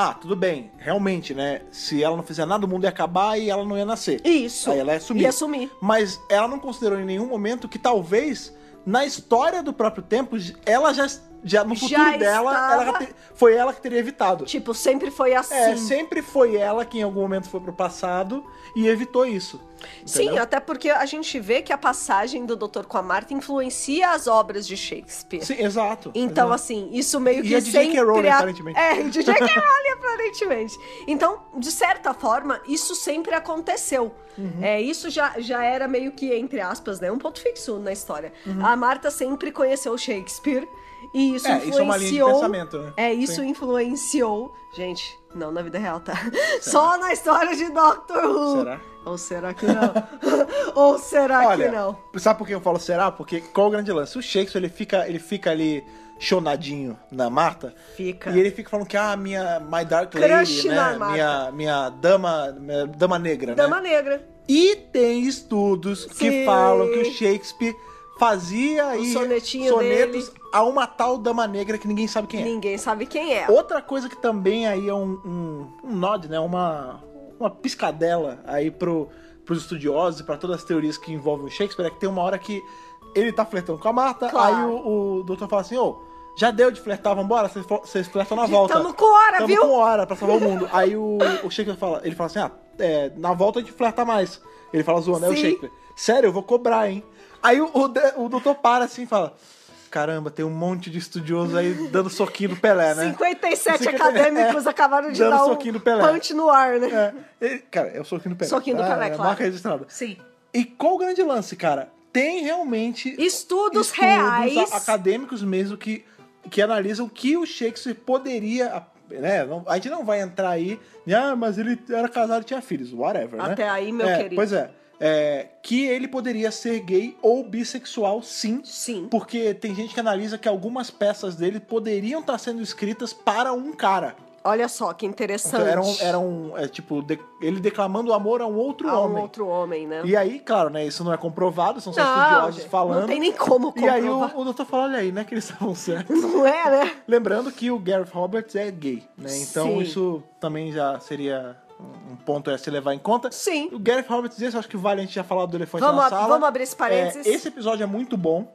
Ah, tudo bem, realmente, né? Se ela não fizer nada, o mundo ia acabar e ela não ia nascer. Isso. é Aí ela ia sumir. Ia sumir. Mas ela não considerou em nenhum momento que talvez na história do próprio tempo j- ela já es- já no Já futuro dela, estava- ela te- foi ela que teria evitado. Tipo, sempre foi assim. É, sempre foi ela que em algum momento foi pro passado e evitou isso. Sim, entendeu? até porque a gente vê que a passagem do Doutor com a Marta influencia as obras de Shakespeare. Sim, exato. Então, exato. assim, isso meio Uhum. E é que a DJ sempre... Rowling, a- aparentemente. É, o DJ K. Rowling, aparentemente. Então, de certa forma, isso sempre aconteceu. Uhum. É, isso já, já era meio que, entre aspas, né, um ponto fixo na história. A Marta sempre conheceu Shakespeare e isso Uhum. É, influenciou... isso é uma linha de pensamento, né? É, isso Sim. influenciou... Gente, não na vida real, tá? Só na história de Doctor Who. Será? Ou será que não? Ou será Olha, que não? sabe por que eu falo será? Porque qual o grande lance? O Shakespeare, ele fica, ele fica ali chonadinho na Marta. Fica. E ele fica falando que, ah, minha My Dark Crush Lady, na né? Marta. Minha, minha dama, minha dama negra, né? Dama Negra. E tem estudos Sim. que falam que o Shakespeare fazia aí sonetinho sonetos dele. a uma tal dama negra que ninguém sabe quem é. Ninguém sabe quem é. Outra coisa que também aí é um, um, um nod, né? Uma, uma piscadela aí pro, pros estudiosos e pra todas as teorias que envolvem o Shakespeare é que tem uma hora que ele tá flertando com a Marta, Claro. aí o, o doutor fala assim, ô, já deu de flertar, vambora, vocês fo- vocês flertam na volta. Tamo com hora, Tamo viu? com hora pra salvar o mundo. Aí o, o Shakespeare fala, ele fala assim, ah, é, na volta a gente flerta mais. Ele fala zoando, é o Sim. Shakespeare. Sério, eu vou cobrar, hein? Aí o, o, de- o doutor para assim e fala, caramba, tem um monte de estudioso aí dando soquinho do Pelé, né? 57 Cinquenta- acadêmicos é, acabaram de dando dar um soquinho do Pelé. punch no ar, né? É, ele- cara, é o soquinho do Pelé. Soquinho do Ah, Pelé, é, claro. Marca registrada. Sim. E qual o grande lance, cara? Tem realmente Estudos, estudos reais. a- acadêmicos mesmo que, que analisam que o Shakespeare poderia. Né? não- a gente não vai entrar aí, né, ah, mas ele era casado e tinha filhos, whatever. né? Até aí, meu É, querido. Pois é, é. Que ele poderia ser gay ou bissexual, sim. Sim. Porque tem gente que analisa que algumas peças dele poderiam estar sendo escritas para um cara. Olha só que Então, interessante. era um, era um é, tipo, de- ele declamando amor a um outro Há um homem. outro homem, né? E aí, claro, né? Isso não é comprovado, são só não, estudiosos gente, falando. não tem nem como E aí comprovar. o, o doutor fala, olha aí, né, que eles estavam certos. Não é, né? Lembrando que o Gareth Roberts é gay, né? Então Sim. isso também já seria um um ponto a se levar em conta. Sim. O Gareth Roberts, esse eu acho que vale a gente já falar do elefante Vamos na ab- sala. vamos abrir esse parênteses. É, esse episódio é muito bom,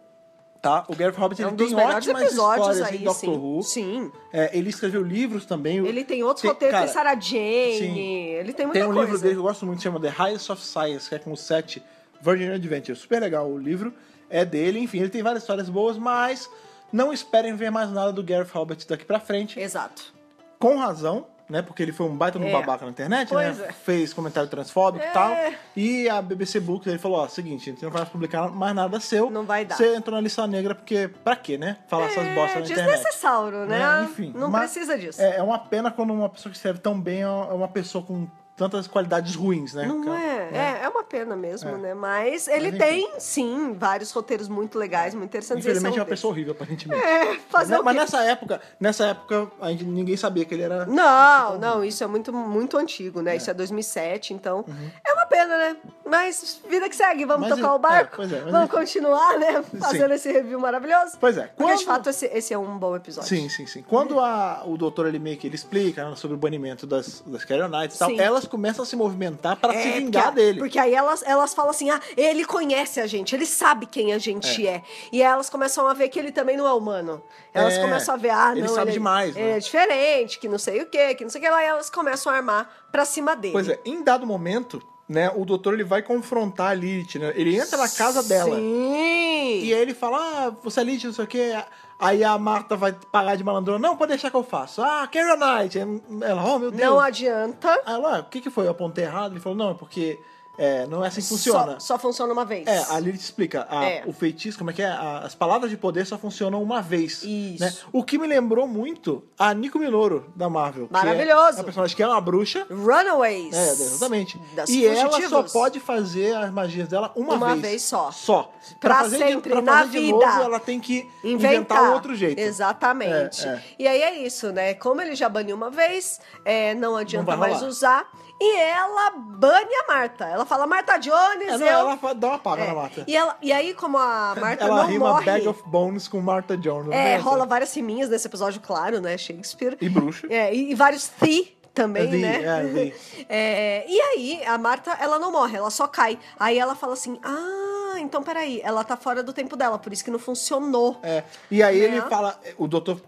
tá? O Gareth Roberts, É um ele dos tem melhores ótimas episódios histórias aí, em Doctor sim. Who. Sim. É, ele escreveu livros também. Ele tem outros Tem- roteiros, cara, tem Sarah Jane, sim. ele tem muita Tem um coisa. livro dele que eu gosto muito, chama The Highest of Science, que é com o sete Virgin Adventure. Super legal o livro. É dele, enfim, ele tem várias histórias boas, mas não esperem ver mais nada do Gareth Roberts daqui pra frente. Exato. Com razão, né? Porque ele foi um baita no É. babaca na internet, Pois né? é. Fez comentário transfóbico e É. tal. E a BBC Books ele falou: ó, seguinte, a gente não vai publicar mais nada seu. Não vai dar. Você entrou na lista negra porque, pra quê, né? Falar essas É bostas na internet. desnecessário, né? É, enfim, não mas precisa disso. É, é uma pena quando uma pessoa que escreve tão bem é uma pessoa com tantas qualidades ruins, né? Não Cara, é, né? é, é uma pena mesmo, É. né? Mas ele enfim. tem, sim, vários roteiros muito legais, muito interessantes. Esse Infelizmente é um uma deles. pessoa horrível, aparentemente. É, fazer Né? o Mas quê? nessa época, nessa época, a gente, ninguém sabia que ele era. né? Não, Então, não, isso é muito, muito antigo, né? Isso é 2007, então é uma pena, né? Mas vida que segue, vamos Uhum. Mas tocar é- o barco, é, pois é, mas vamos enfim. continuar, né? Fazendo esse review maravilhoso. Pois é, Porque, de quando- fato, esse, esse é um bom episódio. Sim, sim, sim. Quando É. a- o doutor ele meio que ele explica né, sobre o banimento das, das Carolites e tal, Sim. elas começam a se movimentar para se É, porque vingar a- dele. Porque aí elas, elas falam assim: ah, ele conhece a gente, ele sabe quem a gente é. E aí elas começam a ver que ele também não é humano. Elas É, começam a ver, ah, não. ele sabe é- demais, né? ele é diferente, que não sei o quê, que não sei o que lá. E elas começam a armar pra cima dele. Pois é, em dado momento, né, o doutor ele vai confrontar a Lilith, né? Ele entra na casa dela. Sim! E aí ele fala, ah, você é Lilith, não sei o quê. Aí a Marta vai pagar de malandrona. Não, pode deixar que eu faço. Ah, Carolite. Ela, oh meu Deus. não adianta. Aí ela, ah, o que, que foi? Eu apontei errado? Ele falou, não, é porque é, não é assim que funciona. Só, só funciona uma vez. É, a Lilith explica. a- É. O feitiço, como é que é? A- as palavras de poder só funcionam uma vez. Isso. né? O que me lembrou muito a Nico Minoru, da Marvel. que é Maravilhoso. a personagem que é uma bruxa. Runaways. É, exatamente. Das e ela Fugitivos. só pode fazer as magias dela uma, Uma vez. vez só. Só. Pra fazer sempre, de, pra na fazer de novo, vida. ela tem que inventar, outro jeito. Exatamente. É, é. E aí é isso, né? Como ele já baniu uma vez, é, não adianta vai mais rolar. usar. E ela bane a Marta. Ela fala, Marta Jones, É, não, eu... ela fa- dá uma paga É. na Marta. E, ela- e aí, como a Marta ela não rima morre... Bag of Bones com Martha Jones. É, né? rola várias riminhas nesse episódio, claro, né? Shakespeare. E bruxa. É, e, e vários the também, The, né? é, É, e aí, a Marta, ela não morre, ela só cai. Aí ela fala assim, ah... Ah, então peraí, ela tá fora do tempo dela, por isso que não funcionou. É, E aí Né? ele fala, o doutor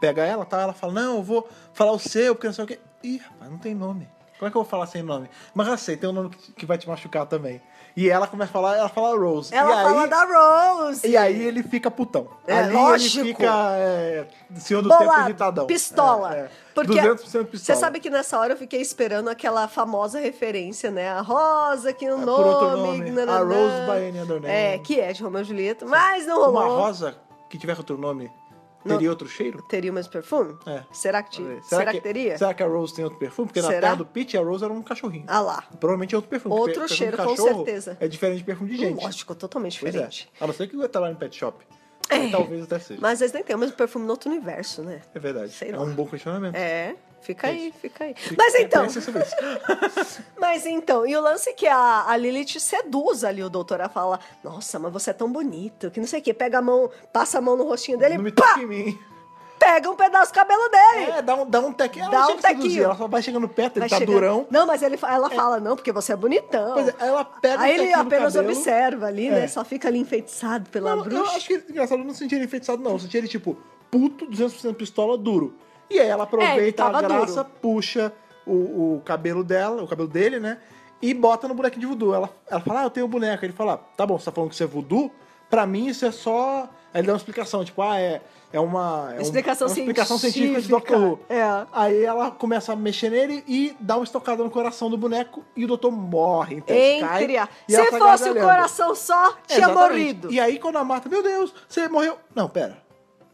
pega ela, tá? Ela fala, não, eu vou falar o seu, porque não sei o quê. Ih, rapaz, não tem nome. Como é que eu vou falar sem nome? Mas eu sei, tem um nome que- que vai te machucar também. E ela começa a falar, ela fala Rose. Ela e fala aí, da Rose. E aí ele fica putão. É, Ali lógico. ele fica é, senhor do tempo Bolado, irritadão. pistola. É, é. Porque 200% pistola. Você sabe que nessa hora eu fiquei esperando aquela famosa referência, né? A Rosa, que o É, nome. por outro nome. nananã. A Rose by any other name. É, que é de Romeu e Julieta, mas não rolou. Uma rosa que tiver outro nome teria outro cheiro? Teria o mesmo perfume? É. Será que, ti- Será, será que teria? Será que a Rose tem outro perfume? Porque na Será? terra do Pete, a Rose era um cachorrinho. Ah lá. Provavelmente é outro perfume. Outro porque perfume cheiro, de com cachorro certeza. É diferente de perfume de gente. Lógico, totalmente Pois é. diferente. A não ser que eu trabalhe em pet shop. Aí Talvez até seja. É. Mas eles nem têm o mesmo perfume no outro universo, né? É verdade. Sei é lá. um bom questionamento. É, fica É aí, fica aí. Fica- Mas então, Pense é sobre isso. mas então, e o lance é que a, a Lilith seduz ali o doutor, ela fala, nossa, mas você é tão bonito, que não sei o quê, pega a mão, passa a mão no rostinho dele, não me pá, toque em mim. pega um pedaço do cabelo dele. É, dá um, dá um tequinho. Ela Dá não um chega a seduzir, tequinho. Ela só vai chegando perto, ele Vai tá chegando- durão. Não, mas ele, fa- ela fala, não, porque você é bonitão. Pois é, ela pega Aí um ele tequinho no apenas cabelo. observa ali, É. né? Só fica ali enfeitiçado pela Não, Eu bruxa. acho que é engraçado, eu não senti ele enfeitiçado, não. Eu senti ele, tipo, puto, 200% pistola, duro. E aí ela É, ele aproveita a tava graça, duro. puxa o, o cabelo dela, o cabelo dele, né? E bota no bonequinho de voodoo. Ela, ela fala, ah, eu tenho um boneco. Ele fala, tá bom, você tá falando que isso é voodoo? Pra mim isso é só... Aí ele dá uma explicação, tipo, ah, é, é uma... é um- Explicação é uma explicação científica de científica. Dr. Who. É. Aí ela começa a mexer nele e dá uma estocada no coração do boneco e o doutor morre. Então cai, Entre a... e ela Se tá fosse o gargalhando. coração só, É, tinha exatamente. morrido. E aí quando a Marta, meu Deus, você morreu. Não, pera.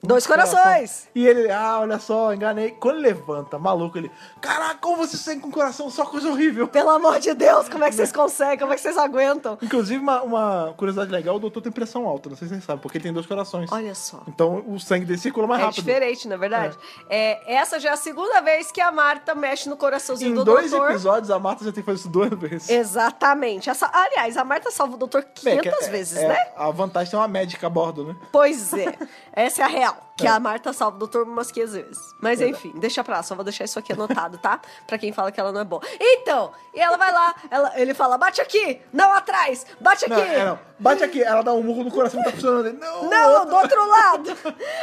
Dois Coração. corações. E ele, ah, olha só, enganei. Quando ele levanta, maluco, ele, caraca, como você sente com o coração, só coisa horrível. Pelo amor de Deus, como é que vocês conseguem? Como é que vocês aguentam? Inclusive, uma, uma curiosidade legal, o doutor tem pressão alta, não sei se vocês sabem, porque ele tem dois corações. Olha só. Então o sangue dele circula mais É rápido. diferente, na verdade. É, essa já é a segunda vez que a Marta mexe no coraçãozinho Em do dois doutor. É, episódios, a Marta já tem que fazer isso duas vezes. Exatamente. Essa, aliás, a Marta salva o doutor Bem, 500 que é- vezes, é- né? A vantagem é ter uma médica a bordo, né? Pois é, essa é a real. Que É. a Marta salva o doutor umas 500 vezes. Mas enfim, deixa pra lá, só vou deixar isso aqui anotado, tá? Pra quem fala que ela não é boa. Então, e ela vai lá, ela- ele fala, bate aqui, não atrás, bate aqui. Não, é, não. Bate aqui, ela dá um murro no coração que tá funcionando. Ele, Não, Não, do outro lado.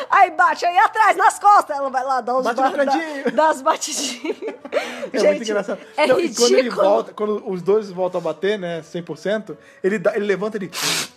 Aí bate aí atrás, nas costas. Ela vai lá, dá uns Bate no cantinho. dá, dá as batidinhas. É Gente, muito engraçado. É Não, e ridículo. quando ele volta, quando os dois voltam a bater, né, 100%, ele, dá, ele levanta, ele,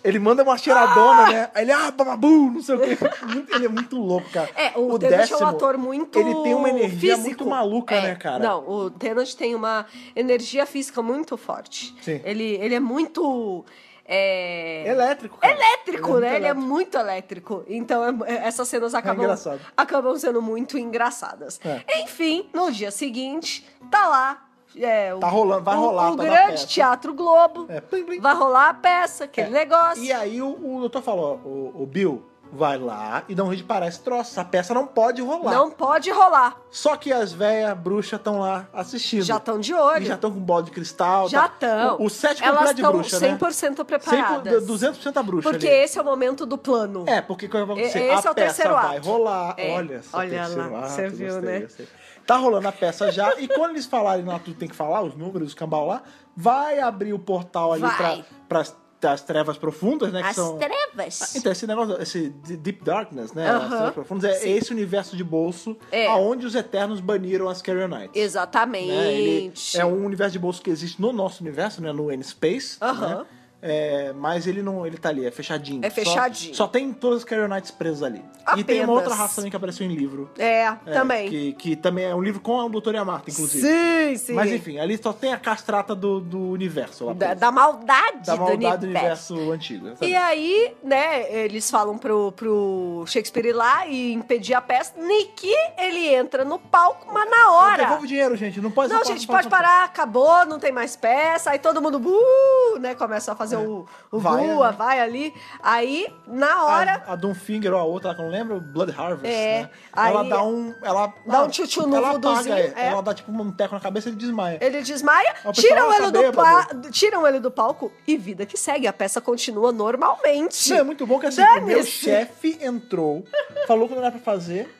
ele manda uma cheiradona, né? Aí ele, ah, bababu, não sei o quê. Muito- ele é muito louco, cara. É, o, Tenant é um ator muito. Ele tem uma energia físico. muito maluca, É, né, cara? Não, o Tenant tem uma energia física muito forte. Sim. Ele, ele é muito. É... Elétrico, cara. Elétrico, Ele é né? muito Ele é muito elétrico. Então, é- é- essas cenas acabam, engraçado. acabam sendo muito engraçadas. É. Enfim, no dia seguinte, tá lá. é, o, Tá rolando, vai o- rolar O toda a peça. grande Teatro Globo. É, plim, plim. Vai rolar a peça, aquele É. negócio. E aí o, o doutor falou, ó, o, o Bill, vai lá e dá um jeito de parar esse troço. A peça não pode rolar. Não pode rolar. Só que as velhas bruxas estão lá assistindo. Já estão de olho. E já estão com bola de cristal. Já tá- estão. O, o sétimo Elas é de tão bruxa, né? 100% 100%, preparadas. 200% a bruxa Porque ali. esse é o momento do plano. É, porque quando vai E- acontecer, esse a é peça o terceiro vai ato. rolar. É, Olha, essa olha terceiro lá, ato, você viu, gostei, né? gostei. Tá rolando a peça já, e quando eles falarem lá tudo que tem que falar, os números, os cambau lá, vai abrir o portal ali Vai. pra, pras, as trevas profundas, né? Que As são... Ah, trevas. Então, esse negócio, esse de- Deep Darkness, né? Aham. As trevas profundas, é Sim. esse universo de bolso É. aonde os Eternos baniram as Carrier Knights. Exatamente. né? Ele é um universo de bolso que existe no nosso universo, né? No N-Space. Aham. né? É, mas ele não. Ele tá ali, é fechadinho. É fechadinho. Só, só tem todas as Carrier Knights presas ali. E tem uma Apenas. outra raça também que apareceu em livro. É, é, também. Que, que também é um livro com o Doutor Yamata, inclusive. Sim, sim. Mas enfim, ali só tem a castrata do, do universo. Lá Da, presa. da maldade, Da maldade do do universo. universo, antigo. exatamente. E aí, né, eles falam pro, pro Shakespeare ir lá e impedir a peça. Niki, ele entra no palco, mas na hora. Devolve o é dinheiro, gente. Não pode Não, pode- gente, pode- pode parar, acabou, não tem mais peça. Aí todo mundo, buh, né, começa a fazer o, o É. Vai, bua, né? vai ali. Aí, na hora, A, a Doomfinger ou a outra, lá que eu não lembro, Blood Harvest, É, né? aí- ela dá um. Ela, Dá um ah, tchutchu no ela voodoozinho, apaga, é. é. Ela dá tipo um teco na cabeça e ele desmaia. Ele desmaia, O pessoal tiram vai ele, saber, do pa- tiram ele do palco e vida que segue. A peça continua normalmente. Não, é muito bom que assim, o Dane-se. meu chefe entrou, falou que não era pra fazer,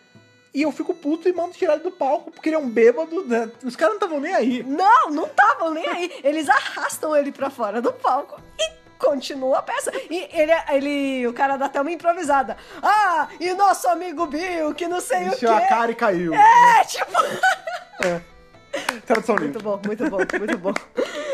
e eu fico puto e mando tirar ele do palco, porque ele é um bêbado, né? Os caras não estavam nem aí. Não, não estavam nem aí. Eles arrastam ele pra fora do palco e continua a peça. E ele, ele, o cara dá até uma improvisada. Ah, e nosso amigo Bill, que não sei o quê. Encheu a cara e caiu. É, tipo. Tradução Muito livre. bom, muito bom, muito bom.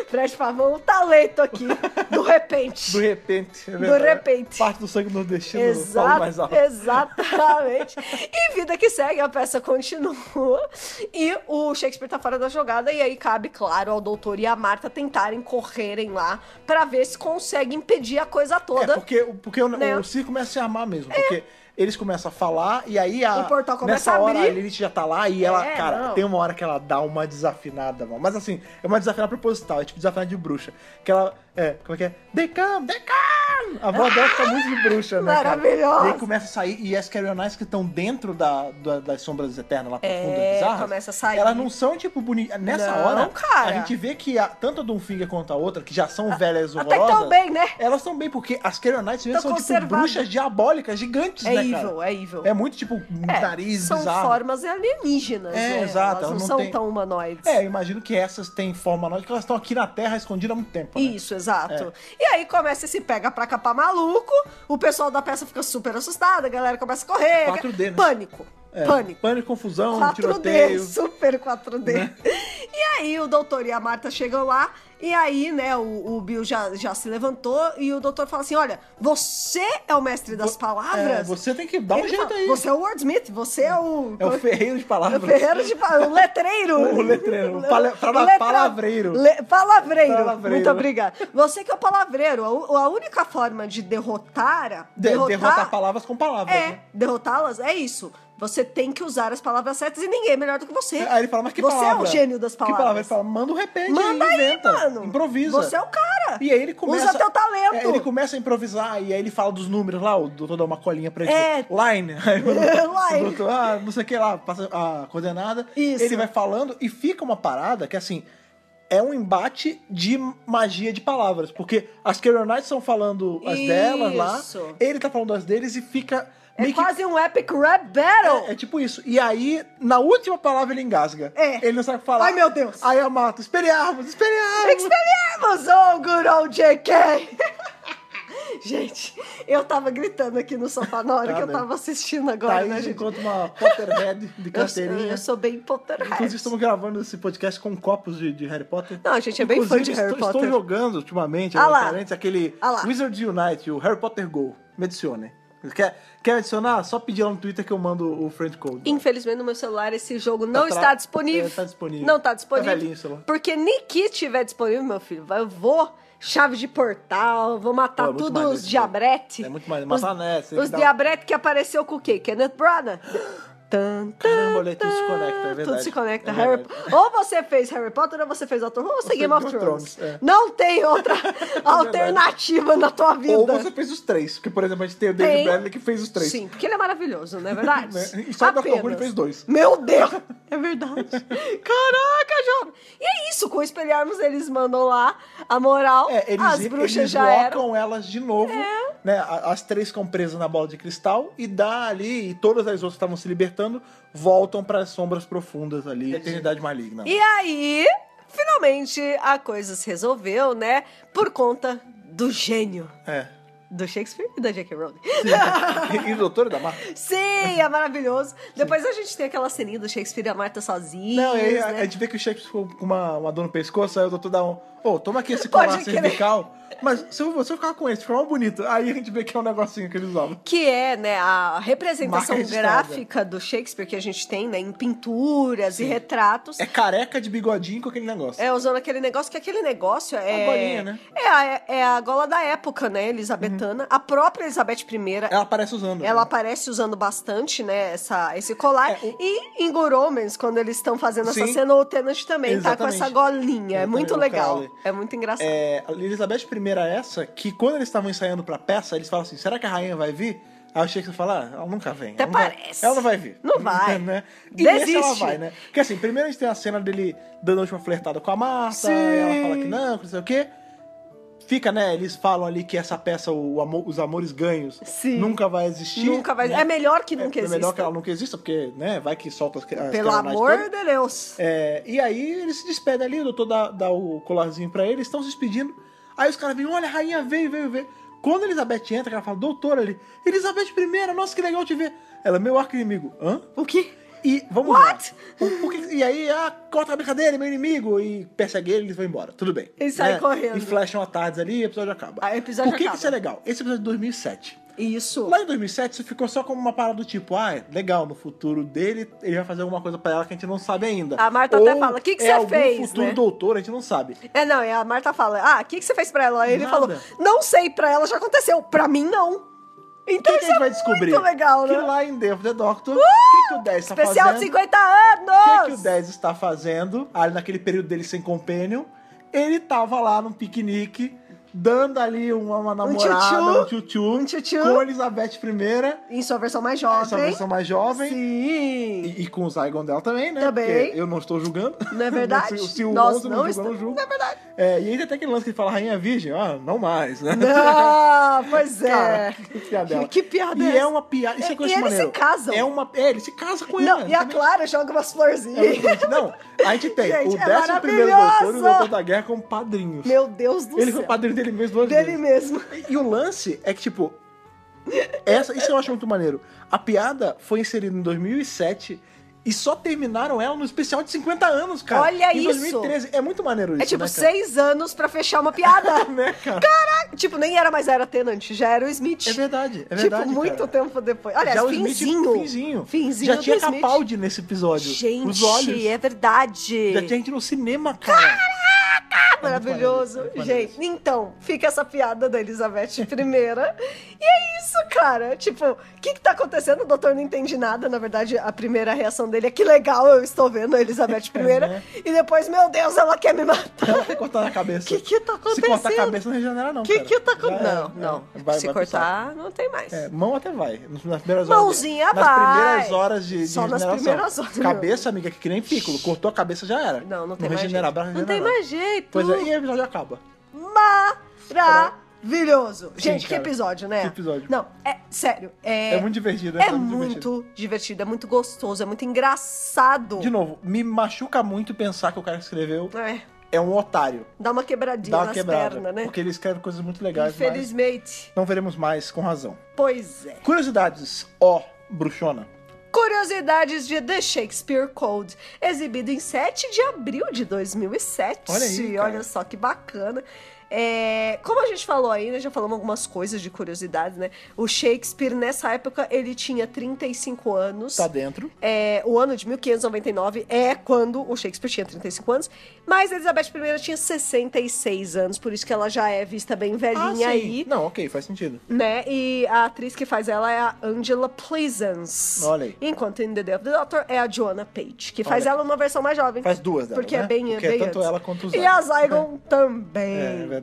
Fred Pavão, um talento aqui, do repente. Do repente. é Do verdade. repente. Parte do sangue nordestino fala mais Exa alto. exatamente. E vida que segue, a peça continua. E o Shakespeare tá fora da jogada. E aí cabe, claro, ao doutor e à Marta tentarem correrem lá pra ver se consegue impedir a coisa É, toda. porque, porque o, Né? o circo começa a se armar mesmo, porque eles começam a falar e aí a, O portal começa nessa a hora abrir. a Lilith já tá lá e ela, É, cara, não. tem uma hora que ela dá uma desafinada, mano. Mas assim, é uma desafinada proposital, é tipo desafinada de bruxa. Que ela, é, como é que é? Decam, decam! A voz dela fica muito de bruxa, né, cara? Maravilhosa! E aí começa a sair, e as Carolinas que estão dentro da, da- das sombras eternas lá É, profundas, bizarras, começa a sair. elas não são, tipo, bonitas. Nessa Não, hora, a cara. gente vê que a, tanto a Dunfiga quanto a outra, que já são velhas Até que horrorosas... tão bem, né? Elas estão bem, porque as Carolinas mesmo Tão são tipo conservadas. bruxas diabólicas gigantes, É né, evil, cara? é evil. É muito tipo É, nariz são bizarro. formas alienígenas, É, né? exato, Elas elas não, não são têm- tão humanoides. É, eu imagino que essas têm forma nós, porque elas estão aqui na Terra escondidas há muito tempo, né? É. Isso, exato. E aí começa esse pega pra capar maluco, o pessoal da peça fica super assustado, a galera começa a correr. 4D, né? Pânico. É, Pânico. Pânico, confusão, 4D, tiroteio. Né? super 4D. E aí o doutor e a Marta chegam lá, e aí, né, o, o Bill já, já se levantou, e o doutor fala assim: olha, você é o mestre das palavras. É, você tem que dar um Ele jeito fala, aí. Você é o wordsmith, você é o. É o ferreiro de É o palavras. ferreiro de pa- o letreiro. O letreiro, o pala- pra- letra- palavreiro. Le- palavreiro. Palavreiro. Muito obrigada. Você que é o palavreiro, a, u- a única forma de derrotar, a- De- derrotar... derrotar, palavras com palavras, é né? derrotá-las é isso. Você tem que usar as palavras certas e ninguém é melhor do que você. Aí ele fala, mas que você palavra? é o gênio das palavras. Que palavra? Ele fala, manda um repente Manda aí, inventa, mano. improvisa. Você é o cara. E aí ele começa. Usa teu talento. É, ele começa a improvisar e aí ele fala dos números lá, o doutor dá uma colinha pra ele. É. tipo, Line. Aí o Line. doutor, ah, não sei o que lá, passa a coordenada. Isso. Ele vai falando e fica uma parada que assim. É um embate de magia de palavras, porque as Caronites estão falando as delas lá, Isso. ele tá falando as deles e fica É meio que quase um epic rap battle. é, é tipo isso. E aí, na última palavra, ele engasga. É. Ele não sabe o que falar. Ai, meu Deus. Aí eu mato. Esperiarmos, esperiarmos. Expelliarmus, oh good old JK! gente, eu tava gritando aqui no sofá na hora Tá que eu mesmo. tava assistindo agora, né, Thaís gente? encontra uma Potterhead de Eu, sou- carteirinha. eu sou bem Potterhead. Inclusive, estamos gravando esse podcast com copos de, de Harry Potter. Não, a gente é bem fã Inclusive, de Harry estou, Potter. Estou jogando ultimamente, é Ah lá. referente àquele Ah lá. Wizards Unite, o Harry Potter Go. Me adicione. Quer, quer adicionar? Só pedir lá no Twitter que eu mando o friend code. Infelizmente, no meu celular, esse jogo não tra- está disponível. é, tá disponível. Não está disponível. Tá velhinho o celular. porque nem que tiver disponível, meu filho, vai- eu vou... Chave de portal, vou matar Pô, é muito tudo maneiro os esse jogo. diabrete. É muito maneiro, Os- matar, né, você tem Os que dar- diabrete que apareceu com o quê? Kenneth Branagh. Tan, tan, Caramba, olha, tudo se conecta, é Tudo verdade. se conecta. É Harry verdade. Po- Ou você fez Harry Potter, ou você fez Doctor Who, ou você Game of Game of Thrones. Thrones, é. Não tem outra alternativa na tua vida. Ou você fez os três. Porque, por exemplo, a gente tem o David Tem. Bradley que fez os três. Sim, porque ele é maravilhoso, não é verdade? Né? E só o Dr. Who ele fez dois. Meu Deus! É verdade. Caraca, jovem! E é isso, com espelharmos, eles mandam lá a moral. É, eles, as bruxas eles já eram. É. locam elas de novo, né? A- As três ficam presas na bola de cristal e dá ali, e todas as outras que estavam se libertando, voltam para as sombras profundas ali, a eternidade maligna. E aí, finalmente, a coisa se resolveu, né? Por conta do gênio É. do Shakespeare e da J.K. Rowling. E, e o doutor da Marta? Sim, é maravilhoso. Depois a gente tem aquela ceninha do Shakespeare e a Marta sozinha. Não, e aí a, né? a gente vê que o Shakespeare ficou com uma, uma dor no pescoço, aí o doutor dá um. Ô, toma aqui esse Pode colar crer. cervical. Mas se eu, se eu ficar com esse, fica mais bonito. Aí a gente vê que é um negocinho que eles usam. Que é, né, a Marca representação registrada. gráfica do Shakespeare que a gente tem, né, em pinturas e retratos. É careca de bigodinho com aquele negócio. É, usando aquele negócio, que aquele negócio é. A golinha, né? Uhum. É a, é a gola da época, né, elisabetana. A própria Elizabeth I, Ela aparece usando. Ela né? aparece usando bastante, né, essa, esse colar. É, o- E em Good Omens, quando eles estão fazendo Sim. essa cena, o Tenant também tá com Exatamente. essa golinha. É Exatamente, muito o legal. Crowley. É muito engraçado. É, a Elizabeth I é essa que quando eles estavam ensaiando pra peça, eles falam assim: será que a rainha vai vir? Aí o Shakespeare fala: ah, ela nunca vem. Até ela não vai- parece. ela não vai vir. Não vai. né? E nesse ela Desiste. vai, né? Porque assim, primeiro a gente tem a cena dele dando a última flertada com a Marta, Sim. aí ela fala que não, que não sei o quê. Fica, né? Eles falam ali que essa peça, o amor- Os Amores Ganhos, Sim. nunca vai existir. Nunca vai. né? É melhor que É- nunca é exista. melhor que ela nunca exista, porque, né, vai que é solta as, as Pelo caranagens amor todas. de Deus. É, e aí ele se despede ali, o doutor dá, dá o colarzinho pra ele, estão se despedindo. Aí os caras vêm, olha, a rainha veio, veio, veio. Quando a Elizabeth entra, que ela fala, doutora, ele, Elizabeth I, nossa, que legal te ver. Ela, meu arco inimigo. Hã? O quê? E vamos What? lá. O- o que- e aí, ah, corta a cabeça dele, meu inimigo, e persegue ele, eles vão embora. Tudo bem. né? Eles saem correndo. E flasham a tarde ali e o episódio acaba. Ah, o episódio Por que, acaba. que isso é legal? Esse episódio é de 2007. Isso. Lá em 2007, isso ficou só como uma parada do tipo, ah, legal, no futuro dele, ele vai fazer alguma coisa pra ela que a gente não sabe ainda. A Marta Ou até fala, "Que que é você algum fez, futuro né?" doutor, a gente não sabe. É, não, e a Marta fala, ah, o que, que você fez pra ela? Aí ele Nada. falou, não sei, pra ela já aconteceu, pra mim não. O Então que, que a isso gente é vai descobrir? muito legal, né? Uh! Que lá em Day of the Doctor, o que, que o 10 tá um Especial de fazendo? 50 O que, que anos! o 10 está fazendo ali naquele período dele sem companion? Ele tava lá num piquenique, dando ali uma, uma namorada, tchutchu. um tchutchu, Um tchutchu. com Elizabeth I, Em sua versão mais essa jovem. versão mais jovem. Sim. E, e com o Zygon dela também, né? Também. Porque eu não estou julgando. Não é verdade? se, se o Nós outro não não, julga, eu estamos- não julgo. Não é verdade. É, e ainda tem aquele lance que ele fala rainha virgem, ah, não mais, né? Ah, pois Cara, é. que piadela. Que piada e é é essa? uma piada. Isso é E- coisa e de eles se maneiro. casam. É uma. É, ele se casa com Não, ele. e a também. Clara joga umas florzinhas. É, Não, a gente tem Gente, o é 11 primeiro maravilhoso! doutor e o doutor da guerra como padrinhos. Meu Deus do ele foi céu. padrinho dele mesmo duas Dele vezes. mesmo. E o lance é que, tipo, essa, isso eu acho muito maneiro. A piada foi inserida em 2007 e só terminaram ela no especial de 50 anos, cara. Olha em isso. 2013. É muito maneiro isso. É tipo né, cara? seis anos pra fechar uma piada. Né, cara? Caraca, tipo, nem era mais era Tenant, já era o Smith. É verdade, é tipo, verdade. muito cara. tempo depois. Aliás, Já o Smith- tipo, finzinho. finzinho. Finzinho Já do tinha Smith. Capaldi nesse episódio. Os olhos. Gente, é verdade. Já tinha gente no cinema, cara. É muito Maravilhoso. maneiro, é muito maneiro Gente, então, fica essa piada da Elizabeth I. e é isso, cara. Tipo, o que, que tá acontecendo? O doutor não entende nada. Na verdade, a primeira reação dele é que legal, eu estou vendo a Elizabeth né? I. E depois, meu Deus, ela quer me matar. Ela tem que cortar na cabeça. O que que tá Se cortar a acontecendo? cabeça não regenera, não. O que, cara. que tá Já acontecendo? é, Não, é. não. Vai- Se vai pro saco. cortar, não tem mais. É, mão até vai. Nas primeiras horas. Mãozinha nas vai. primeiras horas de, de Só nas regeneração. primeiras horas, meu. Cabeça, amiga, que, que nem pícolo. Cortou a cabeça, já era. Não, não tem mais regenera, jeito. braço Não tem regenera. mais jeito. é Pois é, e o episódio acaba. Maravilhoso. Sim, Gente, que cara. episódio, né? Que episódio. Não, é sério. É, É, muito divertido, né? é Tá muito divertido. divertido. é muito gostoso, é muito engraçado. De novo, me machuca muito pensar que o cara que escreveu É, é um otário. dá uma quebradinha Dá uma nas quebrada. pernas, né? Porque ele escreve coisas muito legais, mas Infelizmente. não veremos mais com razão. Pois é. Curiosidades, ó, bruxona. Curiosidades de The Shakespeare Code, exibido em 7 de abril de 2007. Olha aí, cara. Olha só que bacana. É, como a gente falou aí, né, já falamos algumas coisas de curiosidades, né? O Shakespeare, nessa época, ele tinha 35 anos. Tá dentro. É, o ano de 1599 é quando o Shakespeare tinha 35 anos, mas Elizabeth I tinha 66 anos, por isso que ela já é vista bem velhinha Ah, sim. aí, Não, ok, faz sentido. né? E a atriz que faz ela é a Angela Pleasance. Olha aí. Enquanto em The Day of the Doctor é a Joanna Page, que faz Olha. ela uma versão mais jovem. Faz duas dela, Porque né? é bem, Porque é bem tanto antes. ela quanto o E Zygon. a Zygon também. É, é verdade.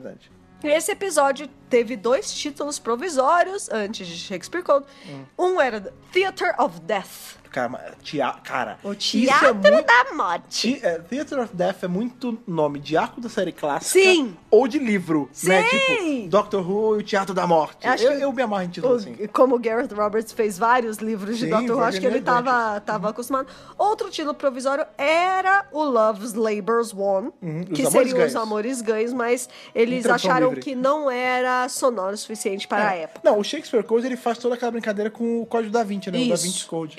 Esse episódio teve dois títulos provisórios antes de Shakespeare Code. Hum. Um era The Theater of Death. Cara, mas tea- cara O isso é Teatro muito... da morte. Ti- é, Theater of Death é muito nome de arco da série clássica. Sim. Ou de livro, né? Sim. Tipo, Doctor Who e o Teatro da Morte. Acho eu, que- eu me amarro em título O- assim. Como o Gareth Roberts fez vários livros de Sim, Uhum. Doctor Who, acho que ele Virginia estava tava acostumado. Outro título provisório era o Love's Labour's Won, Uhum, os que Amores seriam Ganhos. os Amores Ganhos, mas eles Tradução acharam um livre. que não era sonoro o suficiente para a É. época. Não, o Shakespeare Code ele faz toda aquela brincadeira com o código da Vinci, né? O da Isso, Vinci Code.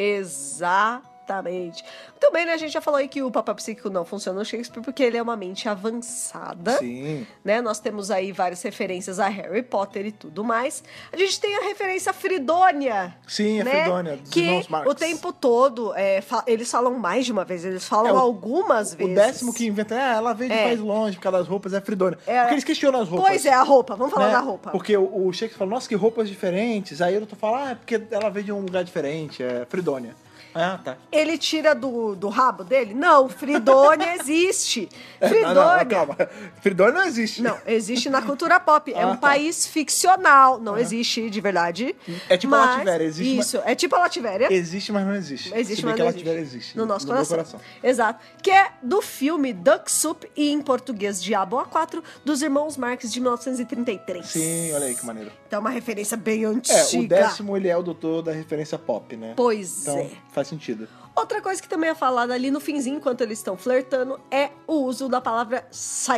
Exatamente. Também, né, a gente já falou aí que o papel psíquico não funciona no Shakespeare porque ele é uma mente avançada. Sim. né? Nós temos aí várias referências a Harry Potter e tudo mais. A gente tem a referência à Fridônia. Sim, a né? Fridônia, dos que irmãos Marx. o tempo todo, é, fa- eles falam mais de uma vez, eles falam É, o- algumas vezes. O décimo que inventa, ah, ela veio de É. faz longe por causa das roupas, é a Fridônia. É. Porque eles questionam as roupas. Pois é, a roupa. Vamos falar né? da roupa. Porque o, o Shakespeare fala, nossa, que roupas diferentes. Aí eu tô falando, ah, é porque ela veio de um lugar diferente, é Fridônia. Ah, tá. Ele tira do, do rabo dele? Não, Fridônia existe. É, Fridônia... Não, não, calma. Fridônia não existe. Não, existe na cultura pop. É Ah, um tá. Ah. país ficcional. Não existe de verdade. É tipo a mas... Lativéria, existe, mas- Isso, é tipo a Lativéria. Existe, mas não existe. Existe, Se bem mas que não ela tiver, existe. No nosso meu coração. Exato. Que é do filme Duck Soup e em português Diabo A4 dos Irmãos Marx de 1933. Sim, olha aí que maneiro. Então é uma referência bem É, antiga. o décimo ele é o doutor da referência pop, né? Pois Então, é. Faz sentido. Outra coisa que também é falada ali no finzinho, enquanto eles estão flertando, é o uso da palavra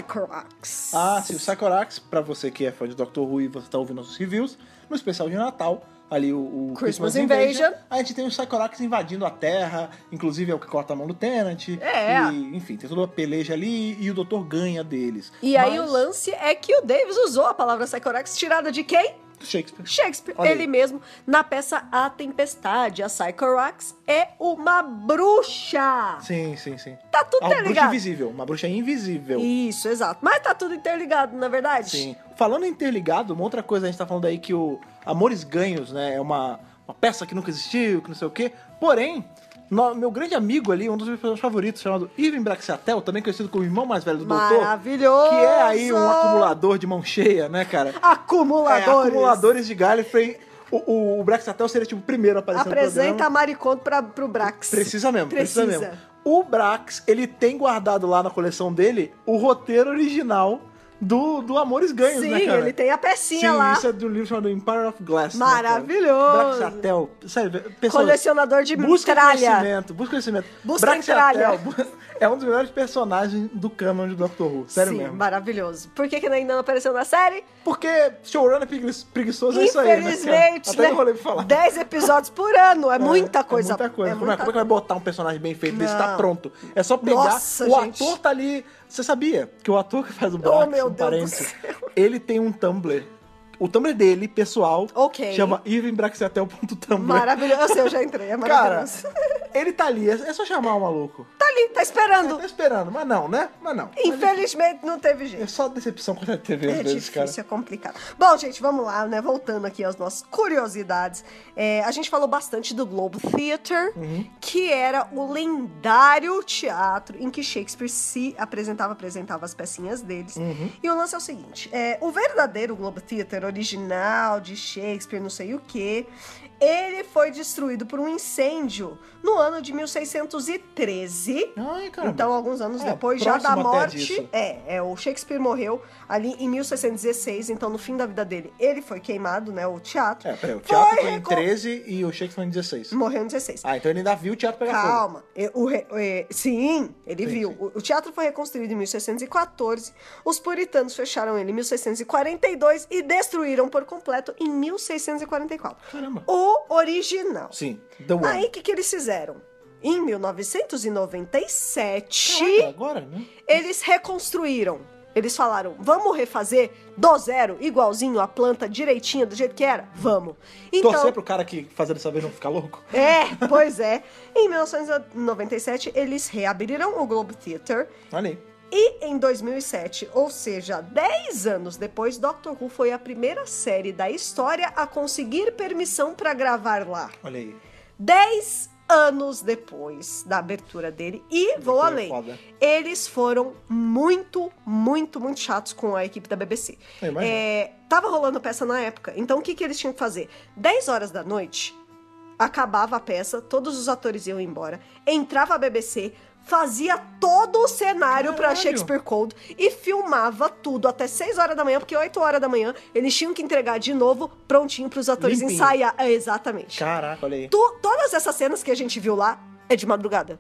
Psychorax. Ah, sim, o Sakorax, pra você que é fã de Doctor Who e você tá ouvindo nossos reviews, no especial de Natal, ali o, o Christmas Christmas Invasion, Invasion. a gente tem o Sakorax invadindo a Terra, inclusive é o que corta a mão do Tenant. É. E, enfim, tem toda a peleja ali e o Doutor ganha deles. E aí o Mas- lance é que o Davis usou a palavra Psychorax tirada de quem? do Shakespeare. Shakespeare, Olha aí. ele mesmo, na peça A Tempestade. A Psychorax é uma bruxa. Sim, sim, sim. Tá tudo Ah, uma bruxa interligado. invisível, uma bruxa invisível. Isso, exato. Mas tá tudo interligado, na verdade? Sim. Falando em interligado, uma outra coisa, a gente tá falando aí que o Amores Ganhos, né, é uma, uma peça que nunca existiu, que não sei o quê. Porém, no- meu grande amigo ali, um dos meus personagens favoritos, chamado Ivan Braxiatel, também conhecido como o irmão mais velho do Doutor, Maravilhoso! que é aí um acumulador de mão cheia, né, cara? Acumuladores. É, acumuladores de Gallifrey. O, o, o Braxiatel seria, tipo, o primeiro a aparecer no Apresenta programa. a Mariconto pra, pro Brax. Precisa mesmo, precisa. Precisa. mesmo. O Brax, ele tem guardado lá na coleção dele o roteiro original do, do Amores Ganhos, Sim, né, cara? ele tem a pecinha Sim, lá. isso é do livro chamado Empire of Glass. né, cara? Maravilhoso. Braxiatel. Sério, pessoal. Colecionador de Busca tralha. conhecimento, busca conhecimento. Busca Braxiatel tralha. bu- é um dos melhores personagens do canon de Doctor Who. Sério Sim, mesmo. maravilhoso. Por que, que ainda não apareceu na série? Porque showrunner pregui- preguiçoso é isso aí, né? cara? Infelizmente, Até não rolei pra falar. 10 episódios por ano. É, muita coisa. É muita coisa. é como, é, muita como é que vai botar um personagem bem feito desse? Tá Não. pronto. É só pegar. Nossa, o gente. Oh, ator tá ali. Você sabia que o ator que faz o Brax, meu um Deus do parênteses, céu. ele tem um Tumblr. O Tumblr dele, pessoal, Ok. chama irvinbraxiatel.tumblr. Maravilhoso. Eu sei, eu já entrei. É é? Cara, maravilhoso. ele tá ali. É é só chamar o maluco. Tá ali, tá esperando. Tá esperando, mas não, né? Mas não. Infelizmente, não teve jeito. É só decepção com a TV às É vezes, difícil, cara. é complicado. Bom, gente, vamos lá, né? Voltando aqui às nossas curiosidades. É, a gente falou bastante do Globe Theatre, Uhum. que era o lendário teatro em que Shakespeare se apresentava, apresentava as pecinhas deles. Uhum. E o lance é o seguinte: é, o verdadeiro Globe Theatre original de Shakespeare, não sei o quê, ele foi destruído por um incêndio no ano de 1613. Ai, cara. Então, alguns anos É, depois já da próximo até morte. disso. É, é, o Shakespeare morreu ali em 1616, então no fim da vida dele, ele foi queimado, né? O teatro. É, peraí, o teatro foi, em reco- 13 e o Shakespeare foi em 16. Morreu em 16. Ah, então ele ainda viu o teatro pegar fogo. Calma. E- o re- e- sim, ele Sim, viu. sim. O, o teatro foi reconstruído em 1614. Os puritanos fecharam ele em 1642 e destruíram por completo em 1644. Caramba. O original. Sim, The One. Aí o que, que eles fizeram? Em 1997. Caraca, agora, né? Eles reconstruíram. Eles falaram, vamos refazer do zero, igualzinho a planta, direitinho, do jeito que era? Vamos. Então, Torcer pro cara que fazer dessa vez não ficar louco. é, pois é. Em 1997, eles reabriram o Globe Theatre. Olha aí. E em 2007, ou seja, 10 anos depois, Doctor Who foi a primeira série da história a conseguir permissão para gravar lá. Olha aí. 10 anos depois da abertura dele. E vou Abertura além. é foda. Eles foram muito, muito, muito chatos com a equipe da BBC. Eu imagino. É, tava rolando peça na época. Então o que, que eles tinham que fazer? 10 horas da noite, acabava a peça, todos os atores iam embora, entrava a BBC. Fazia todo o cenário pra Caralho. Shakespeare Cold e filmava tudo até 6 horas da manhã, porque 8 horas da manhã eles tinham que entregar de novo prontinho pros atores Limpinho. ensaiar. É, exatamente. Caraca, olha aí. Tu- todas essas cenas que a gente viu lá é de madrugada.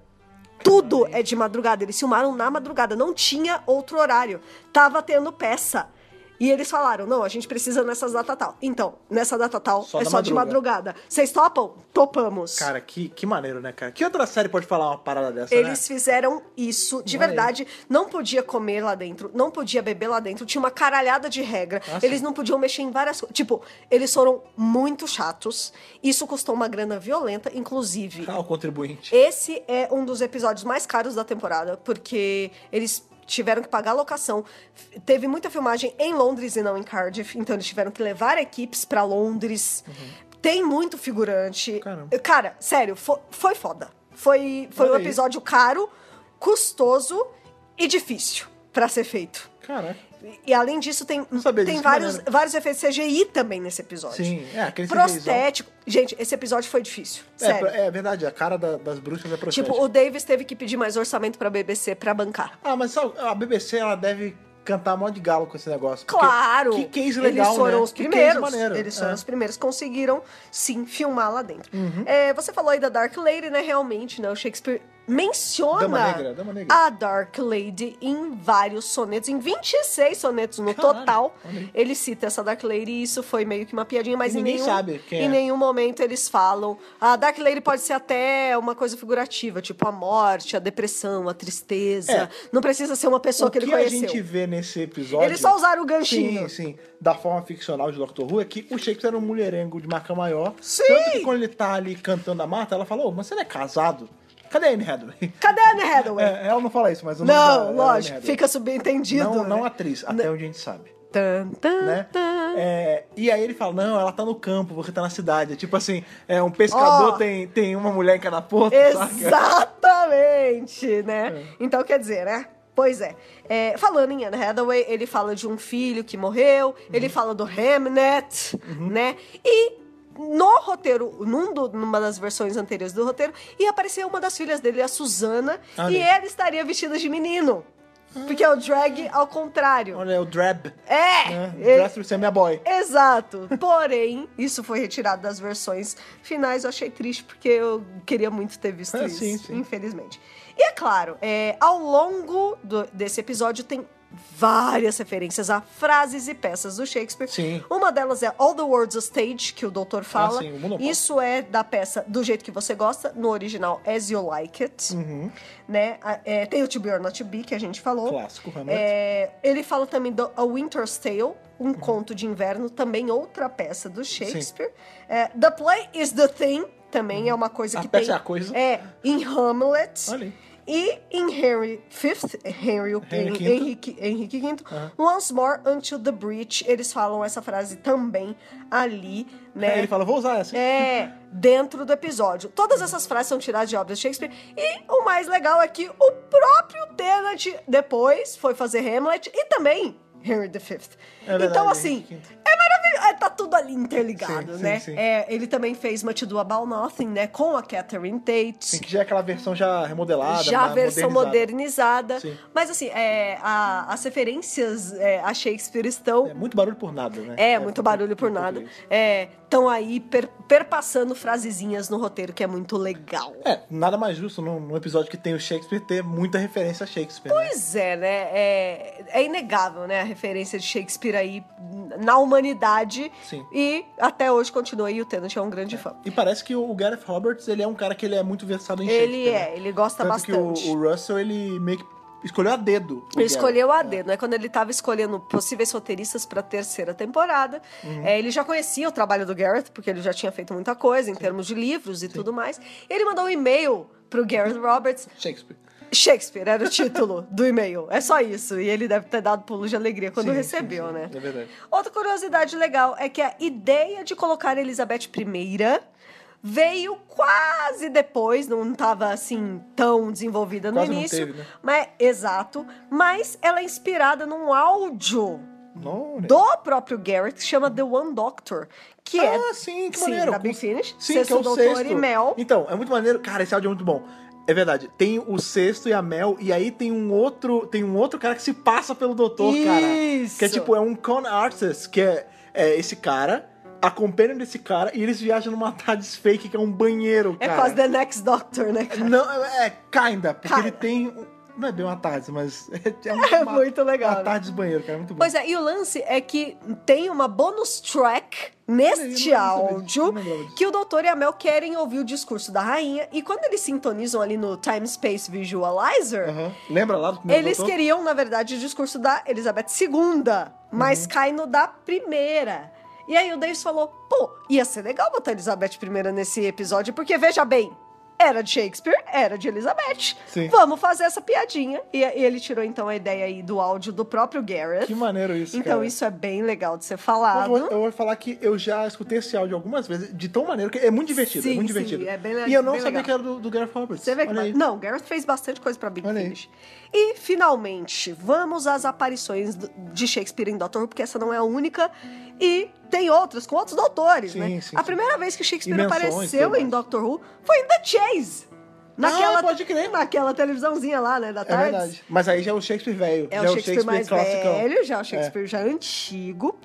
Tudo é de madrugada. Eles filmaram na madrugada. Não tinha outro horário. Tava tendo peça. E eles falaram: não, a gente precisa nessas data tal. Então, nessa data tal Só é na só de madrugada. Vocês topam? Topamos. Cara, que, que maneiro, né, cara? Que outra série pode falar uma parada dessa, né? Eles fizeram isso de Olha aí. verdade. Não podia comer lá dentro, não podia beber lá dentro. Tinha uma caralhada de regra. Nossa. Eles não podiam mexer em várias coisas. Tipo, eles foram muito chatos. Isso custou uma grana violenta, inclusive. né? Ah, o contribuinte. Esse é um dos episódios mais caros da temporada, porque eles tiveram que pagar a locação. F- Teve muita filmagem em Londres e não em Cardiff, então eles tiveram que levar equipes pra Londres. Tem muito figurante. Uhum. Caramba. Cara, sério, fo- foi foda. Foi, foi um Olha aí. episódio caro, custoso e difícil pra ser feito. Caraca. E- E além disso, tem, Não sabia tem disso, vários, maneiro. vários efeitos CGI também nesse episódio. Sim, é, aquele Prostético. Gente, esse episódio foi difícil. sério. É, é verdade, a cara da- das bruxas é prostética. Tipo, o Davis teve que pedir mais orçamento pra BBC pra bancar. Ah, mas sabe, a BBC, ela deve cantar mó de galo com esse negócio. porque Claro. Que case legal, Eles foram né? os Que case primeiros. maneiro, Eles foram é. Uhum. os primeiros que conseguiram, sim, filmar lá dentro. É, você falou aí da Dark Lady, né? Realmente, né? O Shakespeare menciona Dama Negra, Dama Negra. a Dark Lady em vários sonetos, em 26 sonetos no Caralho, total. olha aí. Ele cita essa Dark Lady e isso foi meio que uma piadinha, mas E ninguém em nenhum, sabe quem em é. nenhum momento eles falam. A Dark Lady pode ser até uma coisa figurativa, tipo a morte, a depressão, a tristeza. É. Não precisa ser uma pessoa o que ele a conheceu. gente vê nesse episódio. Eles só usaram o ganchinho. Sim, sim. Da forma ficcional de Doctor Who é que o Shakespeare era um mulherengo de marca maior. Sim! Tanto que quando ele tá ali cantando a Marta, ela fala: Ô, mas você não é casado? Cadê a Anne Hathaway? Cadê a Anne Hathaway? É, ela não fala isso, mas o nome dela é Não, Anne lógico, Hathaway. fica subentendido. Não, não né? atriz, até onde a gente sabe. Tan, tan, né? tan. É, e aí ele fala, não, ela tá no campo, você tá na cidade. É tipo assim, é, um pescador Ó. tem, tem uma mulher em cada porta, saca? Exatamente, É. né? Então quer dizer, né? Pois é. É, Falando em Anne Hathaway, ele fala de um filho que morreu, ele Uhum. fala do Hamnet, né? E no roteiro, num do- numa das versões anteriores do roteiro, ia aparecer uma das filhas dele, a Susana, Ah, né? e ela estaria vestida de menino. Porque é o drag ao contrário. Olha, é o Drab. É! Né? ele- Dress to ser minha boy. Exato. Porém, isso foi retirado das versões finais. Eu achei triste porque eu queria muito ter visto É, isso, sim, sim. infelizmente. E é claro, é, ao longo do- desse episódio tem várias referências a frases e peças do Shakespeare. Sim. Ah, Uma delas é All the World's a Stage, que o doutor fala. sim, o monopólio. isso é da peça Do Jeito Que Você Gosta, no original As You Like It. Uhum. Né? A- é, tem o To Be or Not To Be, que a gente falou. Clássico, Hamlet. É, ele fala também do A Winter's Tale, um Uhum. conto de inverno, também outra peça do Shakespeare. É, the Play is the Thing, também é uma coisa A que peça tem. é a coisa. É, em Hamlet. Olha aí. E em Henry V, Henry, o Henry V. Henrique, Henrique V, Once More Until the Breach, eles falam essa frase também ali, né? Aí ele fala, vou usar essa. É, dentro do episódio. Todas essas frases são tiradas de obras de Shakespeare. E o mais legal é que o próprio Tennant depois foi fazer Hamlet e também Henry V. É verdade, então, Henry assim, V. é maravilhoso. É, Tá tudo ali interligado, Sim, sim, né? sim. É, ele também fez Much Ado About Nothing, né? Com a Catherine Tate. Assim, que já é aquela versão já remodelada, Já a ma- versão modernizada. modernizada. Sim. Mas assim, é, a- as referências é, a Shakespeare estão É muito barulho por nada, né? é, muito barulho por nada. Estão aí per- perpassando frasezinhas no roteiro, que é muito legal. É, nada mais justo num, num episódio que tem o Shakespeare ter muita referência a Shakespeare. né? Pois é, né? É, é inegável, né? A referência de Shakespeare aí na humanidade. Sim. E até hoje continua aí, o Tennant é um grande fã. E parece que o Gareth Roberts, ele é um cara que ele é muito versado em Shakespeare. Ele é, né? ele gosta Tanto bastante. que o, o Russell, ele meio que escolheu a dedo. o Ele Gareth. escolheu a dedo, né? Quando ele tava escolhendo possíveis roteiristas pra terceira temporada, eh, ele já conhecia o trabalho do Gareth, porque ele já tinha feito muita coisa em termos de livros e tudo mais. Ele mandou um e-mail pro Gareth Roberts. Shakespeare. Shakespeare era o título do e-mail. É só isso. E ele deve ter dado pulo de alegria quando Sim, recebeu, sim, sim. né? É verdade. Outra curiosidade legal é que a ideia de colocar Elizabeth I veio quase depois, não estava assim tão desenvolvida no Quase não início. teve, né? mas, exato. Mas ela é inspirada num áudio Não, né? do próprio Garrett, que chama The One Doctor, que é Ah, sim, que maneiro. da Com- Big Finish, Sim, sexto que é o doutor sexto. e Mel. Então, é muito maneiro. Cara, esse áudio é muito bom. É verdade. Tem o sexto e a Mel, e aí tem um outro, tem um outro cara que se passa pelo doutor, cara. Isso. Que é tipo, é um con artist, que é, é esse cara, acompanham desse cara, e eles viajam numa TARDIS fake, que é um banheiro, É cara. quase The Next Doctor, né, cara? Não, é, kinda, porque Kinda. ele tem... um- Não é bem uma TARDIS, mas... É, É muito legal, Uma né? TARDIS banheiro, cara, é muito bom. Pois é, e o lance é que tem uma bonus track neste Eu não sabia disso, áudio não lembrava disso. que o doutor e a Mel querem ouvir o discurso da rainha. E quando eles sintonizam ali no Time Space Visualizer, Aham. Lembra lá do primeiro eles doutor? queriam, na verdade, o discurso da Elizabeth II, mas Uhum. cai no da primeira. E aí o Davis falou: pô, ia ser legal botar Elizabeth I nesse episódio, porque veja bem. Era de Shakespeare, era de Elizabeth. Sim. Vamos fazer essa piadinha. E e ele tirou então a ideia aí do áudio do próprio Gareth. Que maneiro isso, Então cara. isso é bem legal de ser Eu vou, falado. eu vou falar que eu já escutei esse áudio algumas vezes, de tão maneiro que é muito divertido, Sim, é muito sim, divertido. é bem le- e eu não bem sabia legal. que era do, do Gareth Roberts. Você vê que Olha aí. não, Gareth fez bastante coisa pra Big Olha aí. Finish. E finalmente, vamos às aparições do- de Shakespeare em Doctor Who, porque essa não é a única e tem outras com outros doutores, Sim, né? sim, a sim. primeira vez que Shakespeare Invenções, apareceu tudo em mais. Doctor Who foi em The Chase. Naquela, Ah, pode crer. Naquela televisãozinha lá, né, da É tarde. verdade. Mas aí já é o Shakespeare velho. É já o Shakespeare, mais classicão. velho, já é o Shakespeare já antigo.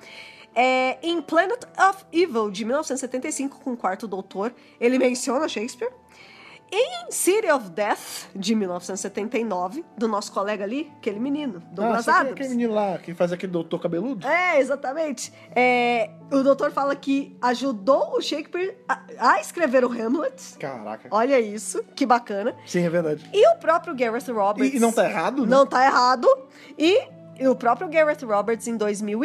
É, em Planet of Evil, de 1975, com o quarto doutor, ele menciona Shakespeare. Em City of Death, de 1979, do nosso colega ali, aquele menino, Ah, Douglas sabe Adams. aquele menino lá que faz aquele doutor cabeludo? É, exatamente. É, o doutor fala que ajudou o Shakespeare a, a escrever o Hamlet. Caraca. Olha isso, que bacana. Sim, é verdade. E o próprio Gareth Roberts. E, e não tá errado, né? Não tá errado. E o próprio Gareth Roberts, em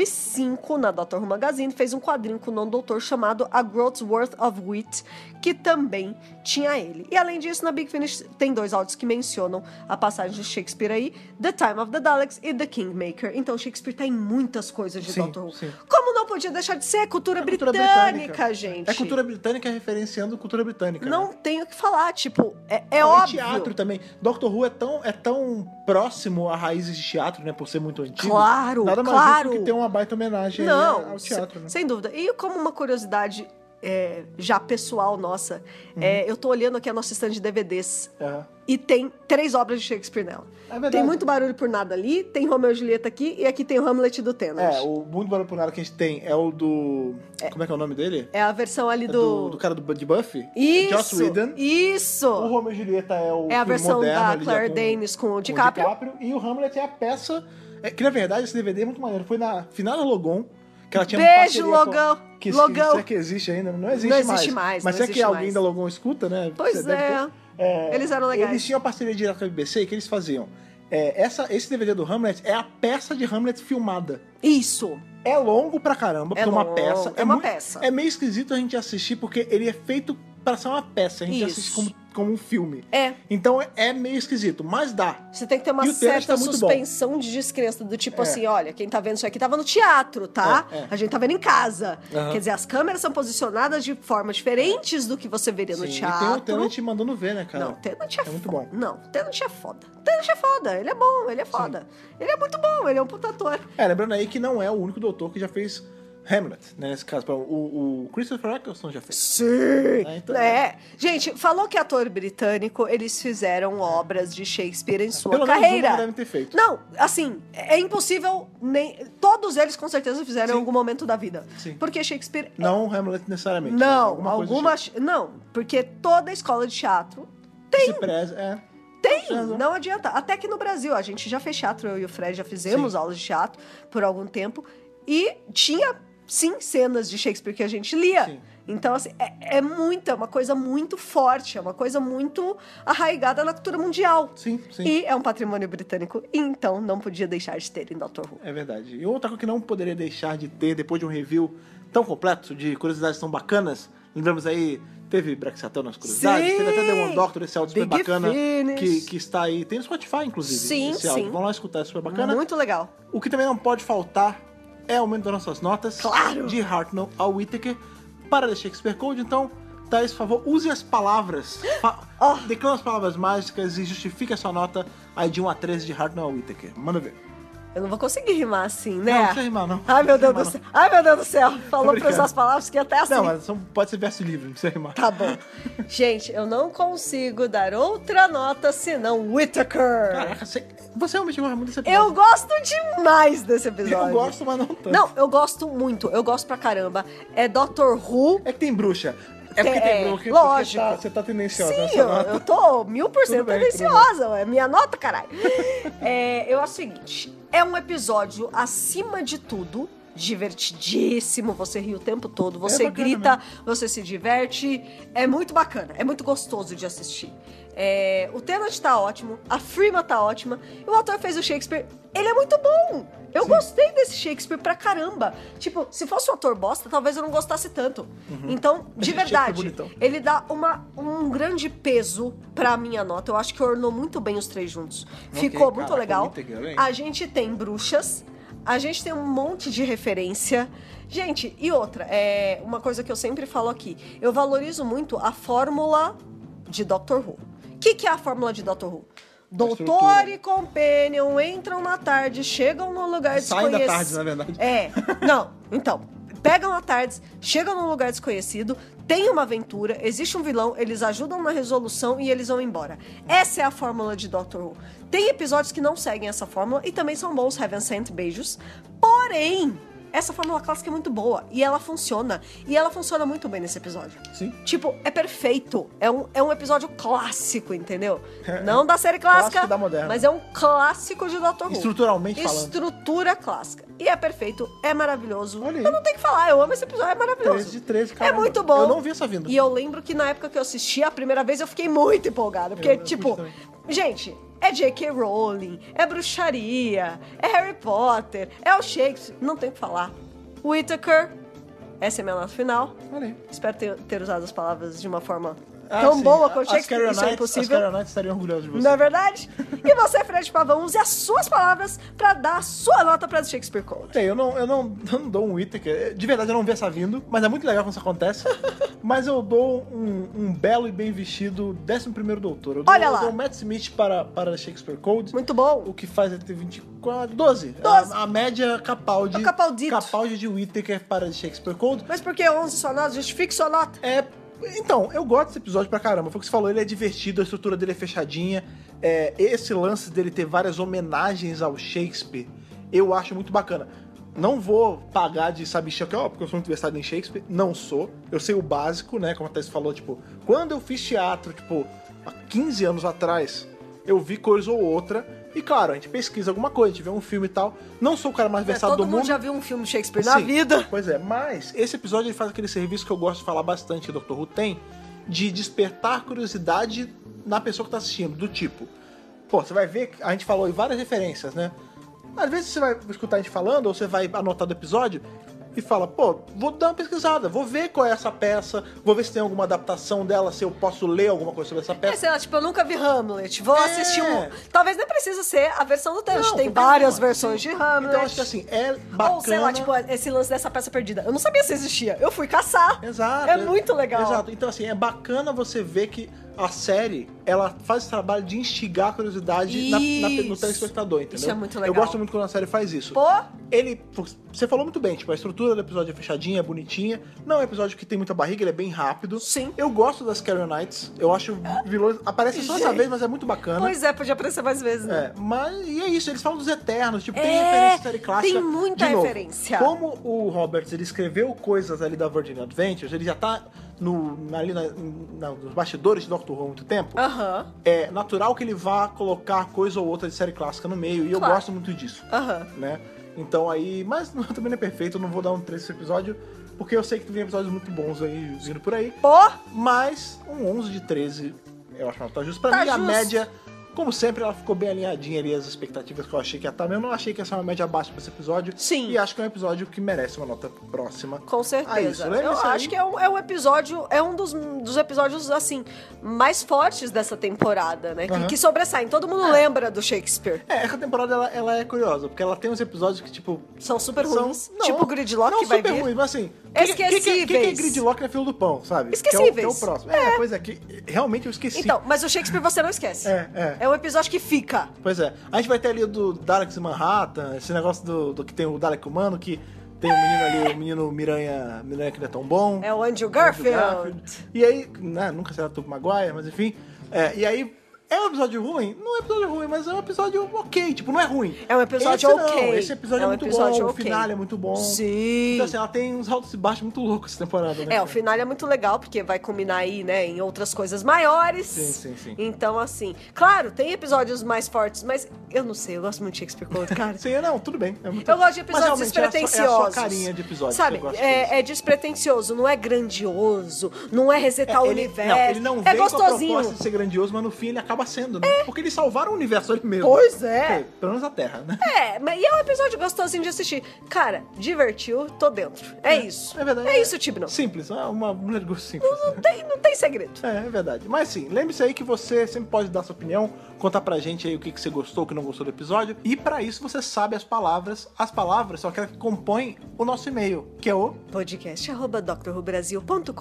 2005, na Doctor Who Magazine, fez um quadrinho com o não doutor chamado A Growth's Worth of Wit, que também tinha ele. E além disso, na Big Finish tem dois áudios que mencionam a passagem de Shakespeare aí, The Time of the Daleks e The Kingmaker. Então Shakespeare tá em muitas coisas de Sim, Doctor Who. sim. Como não podia deixar de ser? Cultura, É cultura britânica, britânica. gente. É cultura britânica referenciando cultura britânica. né? Não tenho o que falar, tipo, é, é Não, e óbvio. teatro também. Doctor Who é tão, é tão próximo a raízes de teatro, né? Por ser muito antigo. Claro, Nada mais claro. justo que ter uma baita homenagem aí Não, ao se- teatro, né? sem dúvida. E como uma curiosidade é, já pessoal nossa, Uhum. é, eu tô olhando aqui a nossa estante de DVDs É. e tem três obras de Shakespeare nela. É verdade. Tem muito barulho por nada ali, tem Romeu e Julieta aqui e aqui tem o Hamlet do Tennant. É, o Muito Barulho por Nada que a gente tem é o do... Como é que é o nome dele? É a versão ali É do... do, do cara do, de Buffy? Isso! É Joss Whedon. Isso! O Romeo e Julieta é o É a filme versão moderno, da ali já Claire com- Danes com o com DiCaprio. E o Hamlet é a peça... é, que, na verdade, esse DVD é muito maneiro. Foi na final da Logon, que ela tinha uma Beijo, parceria com- Logão! Que, Logão! se é que existe ainda, não existe, Não existe mais, Mas não se é que existe alguém mais. da Logon escuta, né? Pois Você deve é. ter- é, Eles eram legais. Eles tinham uma parceria direta com a BBC que eles faziam. é, essa, esse DVD do Hamlet é a peça de Hamlet filmada. Isso! É longo pra caramba, porque É é uma longo, peça. é uma mui- peça. É meio esquisito a gente assistir, porque ele é feito pra ser uma peça. A gente Isso. assiste como, como um filme. É, Então é- é meio esquisito, mas dá. Você tem que ter uma E o Tenet certa tá muito bom. suspensão de descrença, do tipo É. assim, olha, quem tá vendo isso aqui tava no teatro, tá? É, é. A gente tá vendo em casa. Aham. Quer dizer, as câmeras são posicionadas de formas diferentes do que você veria no Sim, teatro. E tem o Tenant mandando ver, né, cara? Não, Tenant é, é muito foda. bom. Não, Tenant é foda. Tenant é foda, ele é bom, ele é foda. Ele é muito bom, ele é um puta ator. É, lembrando aí que não é o único doutor que já fez Hamlet, né? Nesse caso, o, o Christopher Eccleston já fez. Sim! É, então- é. Gente, falou que ator britânico, eles fizeram obras de Shakespeare em sua Pelo carreira. menos uma devem ter feito. Não, assim, é impossível. Nem, todos eles com certeza fizeram em Sim. algum momento da vida. Sim. Porque Shakespeare. Não Hamlet necessariamente. mas não, alguma. alguma. coisa do ch- não, porque toda escola de teatro tipo. tem. Se preza, é. Tem, Tem razão. não adianta. Até que no Brasil, a gente já fez teatro, eu e o Fred já fizemos Sim. aulas de teatro por algum tempo. E tinha, sim, cenas de Shakespeare que a gente lia. Sim. Então, assim, é, é muito, é uma coisa muito forte, é uma coisa muito arraigada na cultura mundial. Sim, sim. E é um patrimônio britânico, e então não podia deixar de ter em Doctor Who. É verdade. E outra coisa que não poderia deixar de ter depois de um review tão completo, de curiosidades tão bacanas. Lembramos aí, teve Brexatão nas curiosidades, Sim! teve até The One Doctor, esse áudio super Big bacana Finish. que, que está aí. Tem no Spotify, inclusive. Sim, esse áudio. sim. Vão lá escutar, é super bacana. Muito legal. O que também não pode faltar é o aumento das nossas notas. Claro! De Hartnell ao Whittaker para The Shakespeare Code. Então, Thaís, por favor, use as palavras. Fa Oh. Declama as palavras mágicas e justifique a sua nota aí de 1 a 13 de Hartnell ao Whittaker. Manda ver. Eu não vou conseguir rimar assim, Não, né? não precisa rimar, não. Ai, meu Deus do Não precisa céu. Ai, meu Deus do céu. Falou para brincando. essas palavras que até assim. Não, é mas são- pode ser verso livre, não precisa rimar. Tá bom. Gente, eu não consigo dar outra nota senão Whittaker. Caraca, É, você, você realmente gosta muito desse Eu episódio. gosto demais desse episódio. Eu gosto, mas não tanto. Não, eu gosto muito. Eu gosto pra caramba. É Doctor Who. É que tem bruxa. É porque É, tem bruxa. lógico. Porque tá, você tá tendenciosa Sim, nessa eu, nota. eu tô mil por cento Tudo bem, tendenciosa. É minha nota, caralho. É, eu acho o seguinte: é um episódio, acima de tudo, divertidíssimo. Você ri o tempo todo, você É bacana grita, você se diverte. É muito bacana, é muito gostoso de assistir. É, o Tenant tá ótimo, a Freema tá ótima, e o autor fez o Shakespeare. Ele é muito bom! Eu gostei desse Shakespeare pra caramba. Tipo, se fosse um ator bosta, talvez eu não gostasse tanto. Uhum. Então, de Shakespeare verdade, bonitão. ele dá uma, um grande peso pra minha nota. Eu acho que ornou muito bem os três juntos. Ok, Ficou muito caraca, legal. muito legal, hein? A gente tem bruxas, a gente tem um monte de referência. Gente, e outra, é uma coisa que eu sempre falo aqui. Eu valorizo muito a fórmula de Doctor Who. O que, que é a fórmula de Doctor Who? Doutor estrutura. e Companion entram na tarde, chegam num lugar Saem da desconhecido. tarde, na verdade. É. Não, então. Pegam à tarde, chegam num lugar desconhecido, tem uma aventura, existe um vilão, eles ajudam na resolução e eles vão embora. Essa é a fórmula de Doctor Who. Tem episódios que não seguem essa fórmula e também são bons, Heaven Sent, beijos. Porém, essa fórmula clássica é muito boa e ela funciona. E ela funciona muito bem nesse episódio. Sim. Tipo, é perfeito. É um, é um episódio clássico, entendeu? Não da série clássica, É, Clássico da moderna. mas é um clássico de Doctor Who. Estruturalmente falando. Estrutura clássica. E é perfeito, é maravilhoso. Olha aí. Eu não tenho o que falar, eu amo esse episódio, é maravilhoso. 13 de 13, cara. É muito bom. Eu não vi essa vinda. E eu lembro que na época que eu assisti a primeira vez, eu fiquei muito empolgada. Porque, Eu- eu tipo, curti gente, é J.K. Rowling, é bruxaria, é Harry Potter, é o Shakespeare. Não tem o que falar. Whittaker, essa é a minha nota final. Olha aí. Espero ter, ter usado as palavras de uma forma Ah, tão sim. boa quanto As Shakespeare. Isso é Carolinas- As impossível. Carolinas estariam orgulhosas de você. Não é verdade? E você, Fred Pavão, use as suas palavras pra dar a sua nota para Shakespeare Code. Sei, eu não, eu não, eu não dou um Whittaker. De verdade, eu não vi essa vindo, mas é muito legal quando isso acontece. mas eu dou um, um belo e bem vestido 11 doutor. Eu dou, Olha lá. Eu dou o Matt Smith para, para Shakespeare Code. Muito bom. O que faz ele ter 24. 12. 12. É A, a média Capaldi. É O Capaldito. Capaldi de Whittaker para Shakespeare Code. Mas por que 11 sua nota? Justifique sua nota. É. Então, eu gosto desse episódio pra caramba. Foi o que você falou, ele é divertido, a estrutura dele é fechadinha. É, esse lance dele ter várias homenagens ao Shakespeare, eu acho muito bacana. Não vou pagar de sabichão que, ó, porque eu sou muito versado em Shakespeare. Não sou. Eu sei o básico, né? Como a Thaís falou, tipo, quando eu fiz teatro, tipo, há 15 anos atrás, eu vi coisa ou outra. E claro, a gente pesquisa alguma coisa, a gente vê um filme e tal. Não sou o cara mais É, versado do todo mundo mundo. já viu um filme Shakespeare na Sim, vida. Pois é, mas esse episódio ele faz aquele serviço que eu gosto de falar bastante, que o Dr. Who tem, de despertar curiosidade na pessoa que tá assistindo, do tipo. Pô, você vai ver, que a gente falou em várias referências, né? Às vezes você vai escutar a gente falando, ou você vai anotar do episódio e fala, pô, vou dar uma pesquisada, vou ver qual é essa peça, vou ver se tem alguma adaptação dela, se eu posso ler alguma coisa sobre essa É, peça. sei lá, tipo, eu nunca vi Hamlet. Vou É. assistir um. Talvez nem precisa ser a versão do Thanos. Não, Tem qualquer várias uma, versões sim. de Hamlet. Então acho que assim, é bacana. Ou, sei lá, tipo, esse lance dessa peça perdida. Eu não sabia se existia. Eu fui caçar. Exato. É muito legal. Exato. Então, assim, é bacana você ver que a série, ela faz esse trabalho de instigar a curiosidade na, na- no Isso. telespectador, entendeu? Isso é muito Eu legal. gosto muito quando a série faz isso. Pô, Ele, você falou muito bem, tipo, a estrutura do episódio é fechadinha, é bonitinha. Não é um episódio que tem muita barriga, ele é bem rápido. Sim. Ah. Eu gosto das Carolinas. Eu acho vilões... Aparece só essa Gente. vez, mas é muito bacana. pois é, podia aparecer mais vezes, né? É, mas e é isso, eles falam dos Eternos, tipo, tem É, referência à série clássica. tem muita De novo, referência. Como o Roberts ele escreveu coisas ali da Virgin Adventures, ele já tá no, ali na- na- nos bastidores de Doctor Who há muito tempo, Aham, é natural que ele vá colocar coisa ou outra de série clássica no meio, e eu Claro. gosto muito disso, aham. né? Então aí, mas não, também não é perfeito, eu não vou dar um 3 nesse episódio, porque eu sei que tem episódios muito bons aí vindo por aí. Pô, Mas um 11 de 13 eu acho que tá justo. Pra Tá mim, a justo. média, como sempre, ela ficou bem alinhadinha ali as expectativas que eu achei que ia estar. Eu não achei que ia ser uma média baixa pra esse episódio. Sim. E acho que é um episódio que merece uma nota próxima. com Ah, isso, certeza. lembra eu isso aí? acho que é um, é um episódio, é um dos, dos episódios, assim, mais fortes dessa temporada, né? Que- Aham. Que, sobressaem. Todo mundo lembra do Shakespeare. É, essa temporada ela, ela é curiosa, porque ela tem uns episódios que, tipo. São super são- ruins. Não, tipo o Gridlock não que vai super vir. ruins, mas assim. que- que- que- que- que é Esquecíveis. gridlock na fila do pão, sabe? Que é o- Que é o, Esquecíveis. próximo. É, pois é, que realmente eu esqueci. Então, mas o Shakespeare você não esquece. É, é. É um episódio que fica. Pois é. A gente vai ter ali o do Daleks em Manhattan, esse negócio do, do que tem o Dalek humano, que tem o menino ali, o menino Miranha, Miranha que não é tão bom. É o Andrew Andrew Garfield. E aí, né, nunca será Tobey Maguire, mas enfim. É, e aí, é um episódio ruim? Não é um episódio ruim, mas é um episódio ok. Tipo, não é ruim. É um episódio esse não, ok. Esse episódio é, É um muito episódio bom, ok. o final é muito bom. Sim. Então, assim, ela tem uns altos e baixos muito loucos essa temporada, né? É, o final é muito legal, porque vai combinar aí, né, em outras coisas maiores. Sim, sim, sim. Então, assim, claro, tem episódios mais fortes, mas eu não sei, eu gosto muito de Shakespeare Code, cara. Sim, não, tudo bem. é muito- Eu gosto de Mas episódios realmente é a sua- despretensiosos. É a sua carinha de assim. episódio. que Sabe, eu gosto disso. é, é despretensioso, não é grandioso, não é resetar o ele- universo. Não, ele não é vem com a gostosinho. É. proposta de ser grandioso, mas no fim ele acaba sendo, né? Porque eles salvaram o universo ali mesmo. Pois é. Ok, pelo menos a Terra, né? É, mas e é um episódio gostosinho de assistir. Cara, divertiu, tô dentro. É, isso. É verdade. É isso, Tibno. Uh. Simples, é uma mulher de gosto simples. Não tem, não tem segredo. É, é verdade. Mas sim, lembre-se aí que você sempre pode dar sua opinião, contar pra gente aí o que, que você gostou, o que não gostou do episódio. E pra isso você sabe as palavras. As palavras são aquelas que compõem o nosso e-mail, que é o Podcast arroba drrubrasil.com.br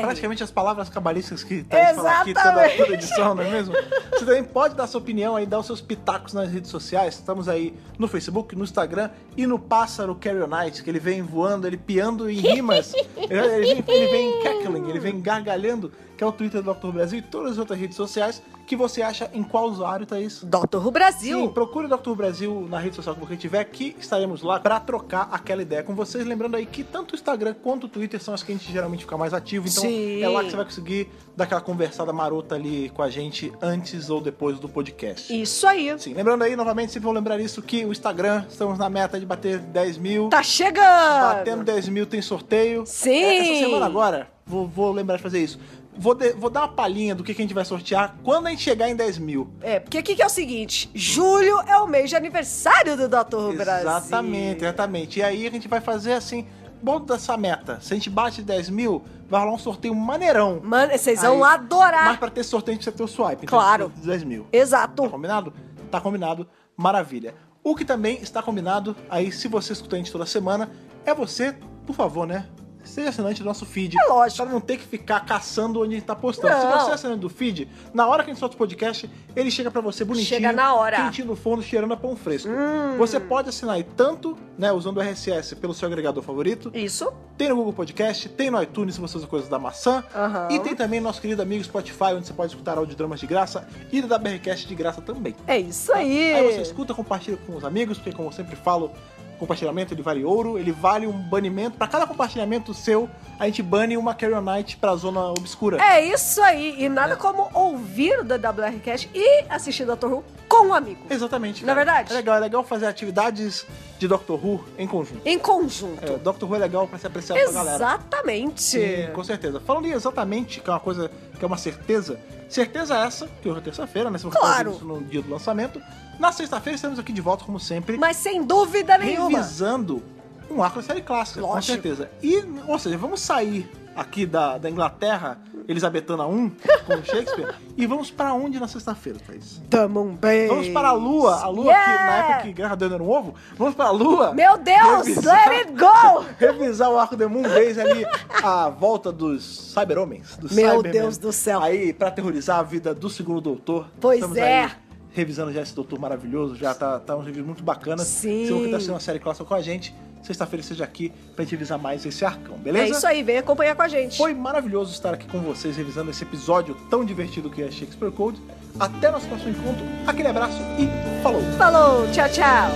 praticamente as palavras cabalísticas que tá falando aqui toda, É, Exatamente. toda edição, não é mesmo? Você também pode dar sua opinião aí, dar os seus pitacos nas redes sociais. Estamos aí no Facebook, no Instagram e no pássaro Carrion Knight, que ele vem voando, ele piando em rimas. ele, ele vem, ele vem cackling, ele vem gargalhando, que é o Twitter do Dr. Brasil e todas as outras redes sociais que você acha em qual usuário tá isso. Doctor Who Sim, Brasil. procure o Dr. Brasil na rede social que você tiver, que estaremos lá pra trocar aquela ideia com vocês. Lembrando aí que tanto o Instagram quanto o Twitter são as que a gente geralmente fica mais ativo, então Sim. é lá que você vai conseguir dar aquela conversada marota ali com a gente antes ou depois do podcast. Isso aí. Sim, lembrando aí, novamente, sempre vão lembrar isso, que o Instagram, estamos na meta de bater 10 mil. Tá Batendo chegando. 10 mil tem sorteio. Sim. É, Essa semana agora, vou, vou lembrar de fazer isso. Vou, de- vou dar uma palhinha do que, que a gente vai sortear quando a gente chegar em 10 mil. É, porque aqui que é o seguinte: julho é o mês de aniversário do Dr. Who Brasil. Exatamente, exatamente. E aí a gente vai fazer assim, bota essa meta. Se a gente bate 10 mil, vai rolar um sorteio maneirão. Mano, vocês vão Aí, adorar. Mas pra ter sorteio, a gente precisa ter o swipe. Claro. 10 mil. Tá Exato. combinado? Tá combinado. Maravilha. O que também está combinado, aí se você escuta a gente toda semana, é você, por favor, né? Seja assinante do nosso feed. É lógico. Pra não ter que ficar caçando onde a gente tá postando. Se Não. você é assinante do feed, na hora que a gente solta o podcast, ele chega pra você bonitinho. Chega na hora. Hum. Quentinho no forno, cheirando a pão fresco. Você pode assinar aí tanto, né, usando o RSS pelo seu agregador favorito. Isso. Tem no Google Podcast, tem no iTunes se você usa coisas da maçã. Aham. E tem também nosso querido amigo Spotify, onde você pode escutar audiodramas de graça e da BRCast de graça também. É isso aí. Aí você escuta, compartilha com os amigos, porque como eu sempre falo, compartilhamento ele vale ouro, ele vale um banimento. Pra cada compartilhamento seu, a gente bane uma Carrion Knight pra zona obscura. É isso aí. E É. nada como ouvir o DWRcast e assistir Dr. Who com um amigo. Exatamente. Na cara. verdade. É legal, é legal fazer atividades de Doctor Who em conjunto. Em conjunto. É, Doctor Who é legal pra se apreciar com a galera. É. Exatamente. Sim, com certeza. Falando em exatamente, que é uma coisa que é uma certeza, certeza essa, que hoje é terça-feira, né? Se você tá Claro. ouvindo isso no dia do lançamento. Na sexta-feira estamos aqui de volta, como sempre, Mas sem dúvida nenhuma. revisando um arco da série clássica, com Lógico. certeza. E, ou seja, vamos sair aqui da, da Inglaterra, Elizabetana 1, com Shakespeare, e vamos pra onde na sexta-feira, Thaís? Também. Vamos para a Lua, a Lua Yeah! que na época que Guerra deu era um ovo, vamos para a Lua. Meu Deus, Revisar- let it go! revisar o arco de Moonbase ali, a volta dos cyber-homens, dos Meu Cybermen. Deus do céu. Aí, pra aterrorizar a vida do segundo doutor. Pois estamos é. Aí revisando já esse doutor maravilhoso, já tá, tá uns reviews muito bacanas. Sim. Se você tá assistindo uma série clássica com a gente, sexta-feira esteja aqui pra gente revisar mais esse arcão, beleza? É isso aí, vem acompanhar com a gente. Foi maravilhoso estar aqui com vocês revisando esse episódio tão divertido que é Shakespeare Code. Até nosso próximo encontro. Aquele abraço e falou! Falou, tchau, tchau.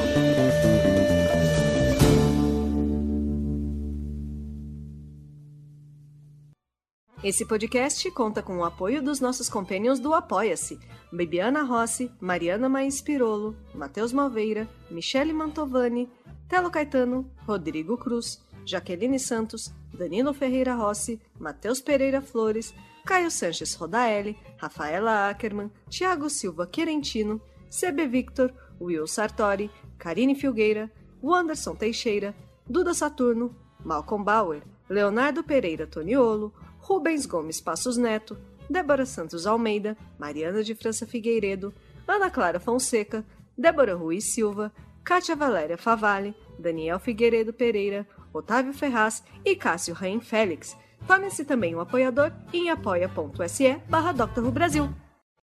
Esse podcast conta com o apoio dos nossos companions do Apoia-se: Bibiana Rossi, Mariana Maes Pirolo, Matheus Malveira, Michele Mantovani, Telo Caetano, Rodrigo Cruz, Jaqueline Santos, Danilo Ferreira Rossi, Matheus Pereira Flores, Caio Sanches Rodaelli, Rafaela Ackerman, Tiago Silva Querentino, CB Victor, Will Sartori, Karine Filgueira, Wanderson Teixeira, Duda Saturno, Malcolm Bauer, Leonardo Pereira Toniolo, Rubens Gomes Passos Neto, Débora Santos Almeida, Mariana de França Figueiredo, Ana Clara Fonseca, Débora Ruiz Silva, Kátia Valéria Favalli, Daniel Figueiredo Pereira, Otávio Ferraz e Cássio Rain Félix. Torne-se também um apoiador em apoia.se barra Dr. Who Brasil.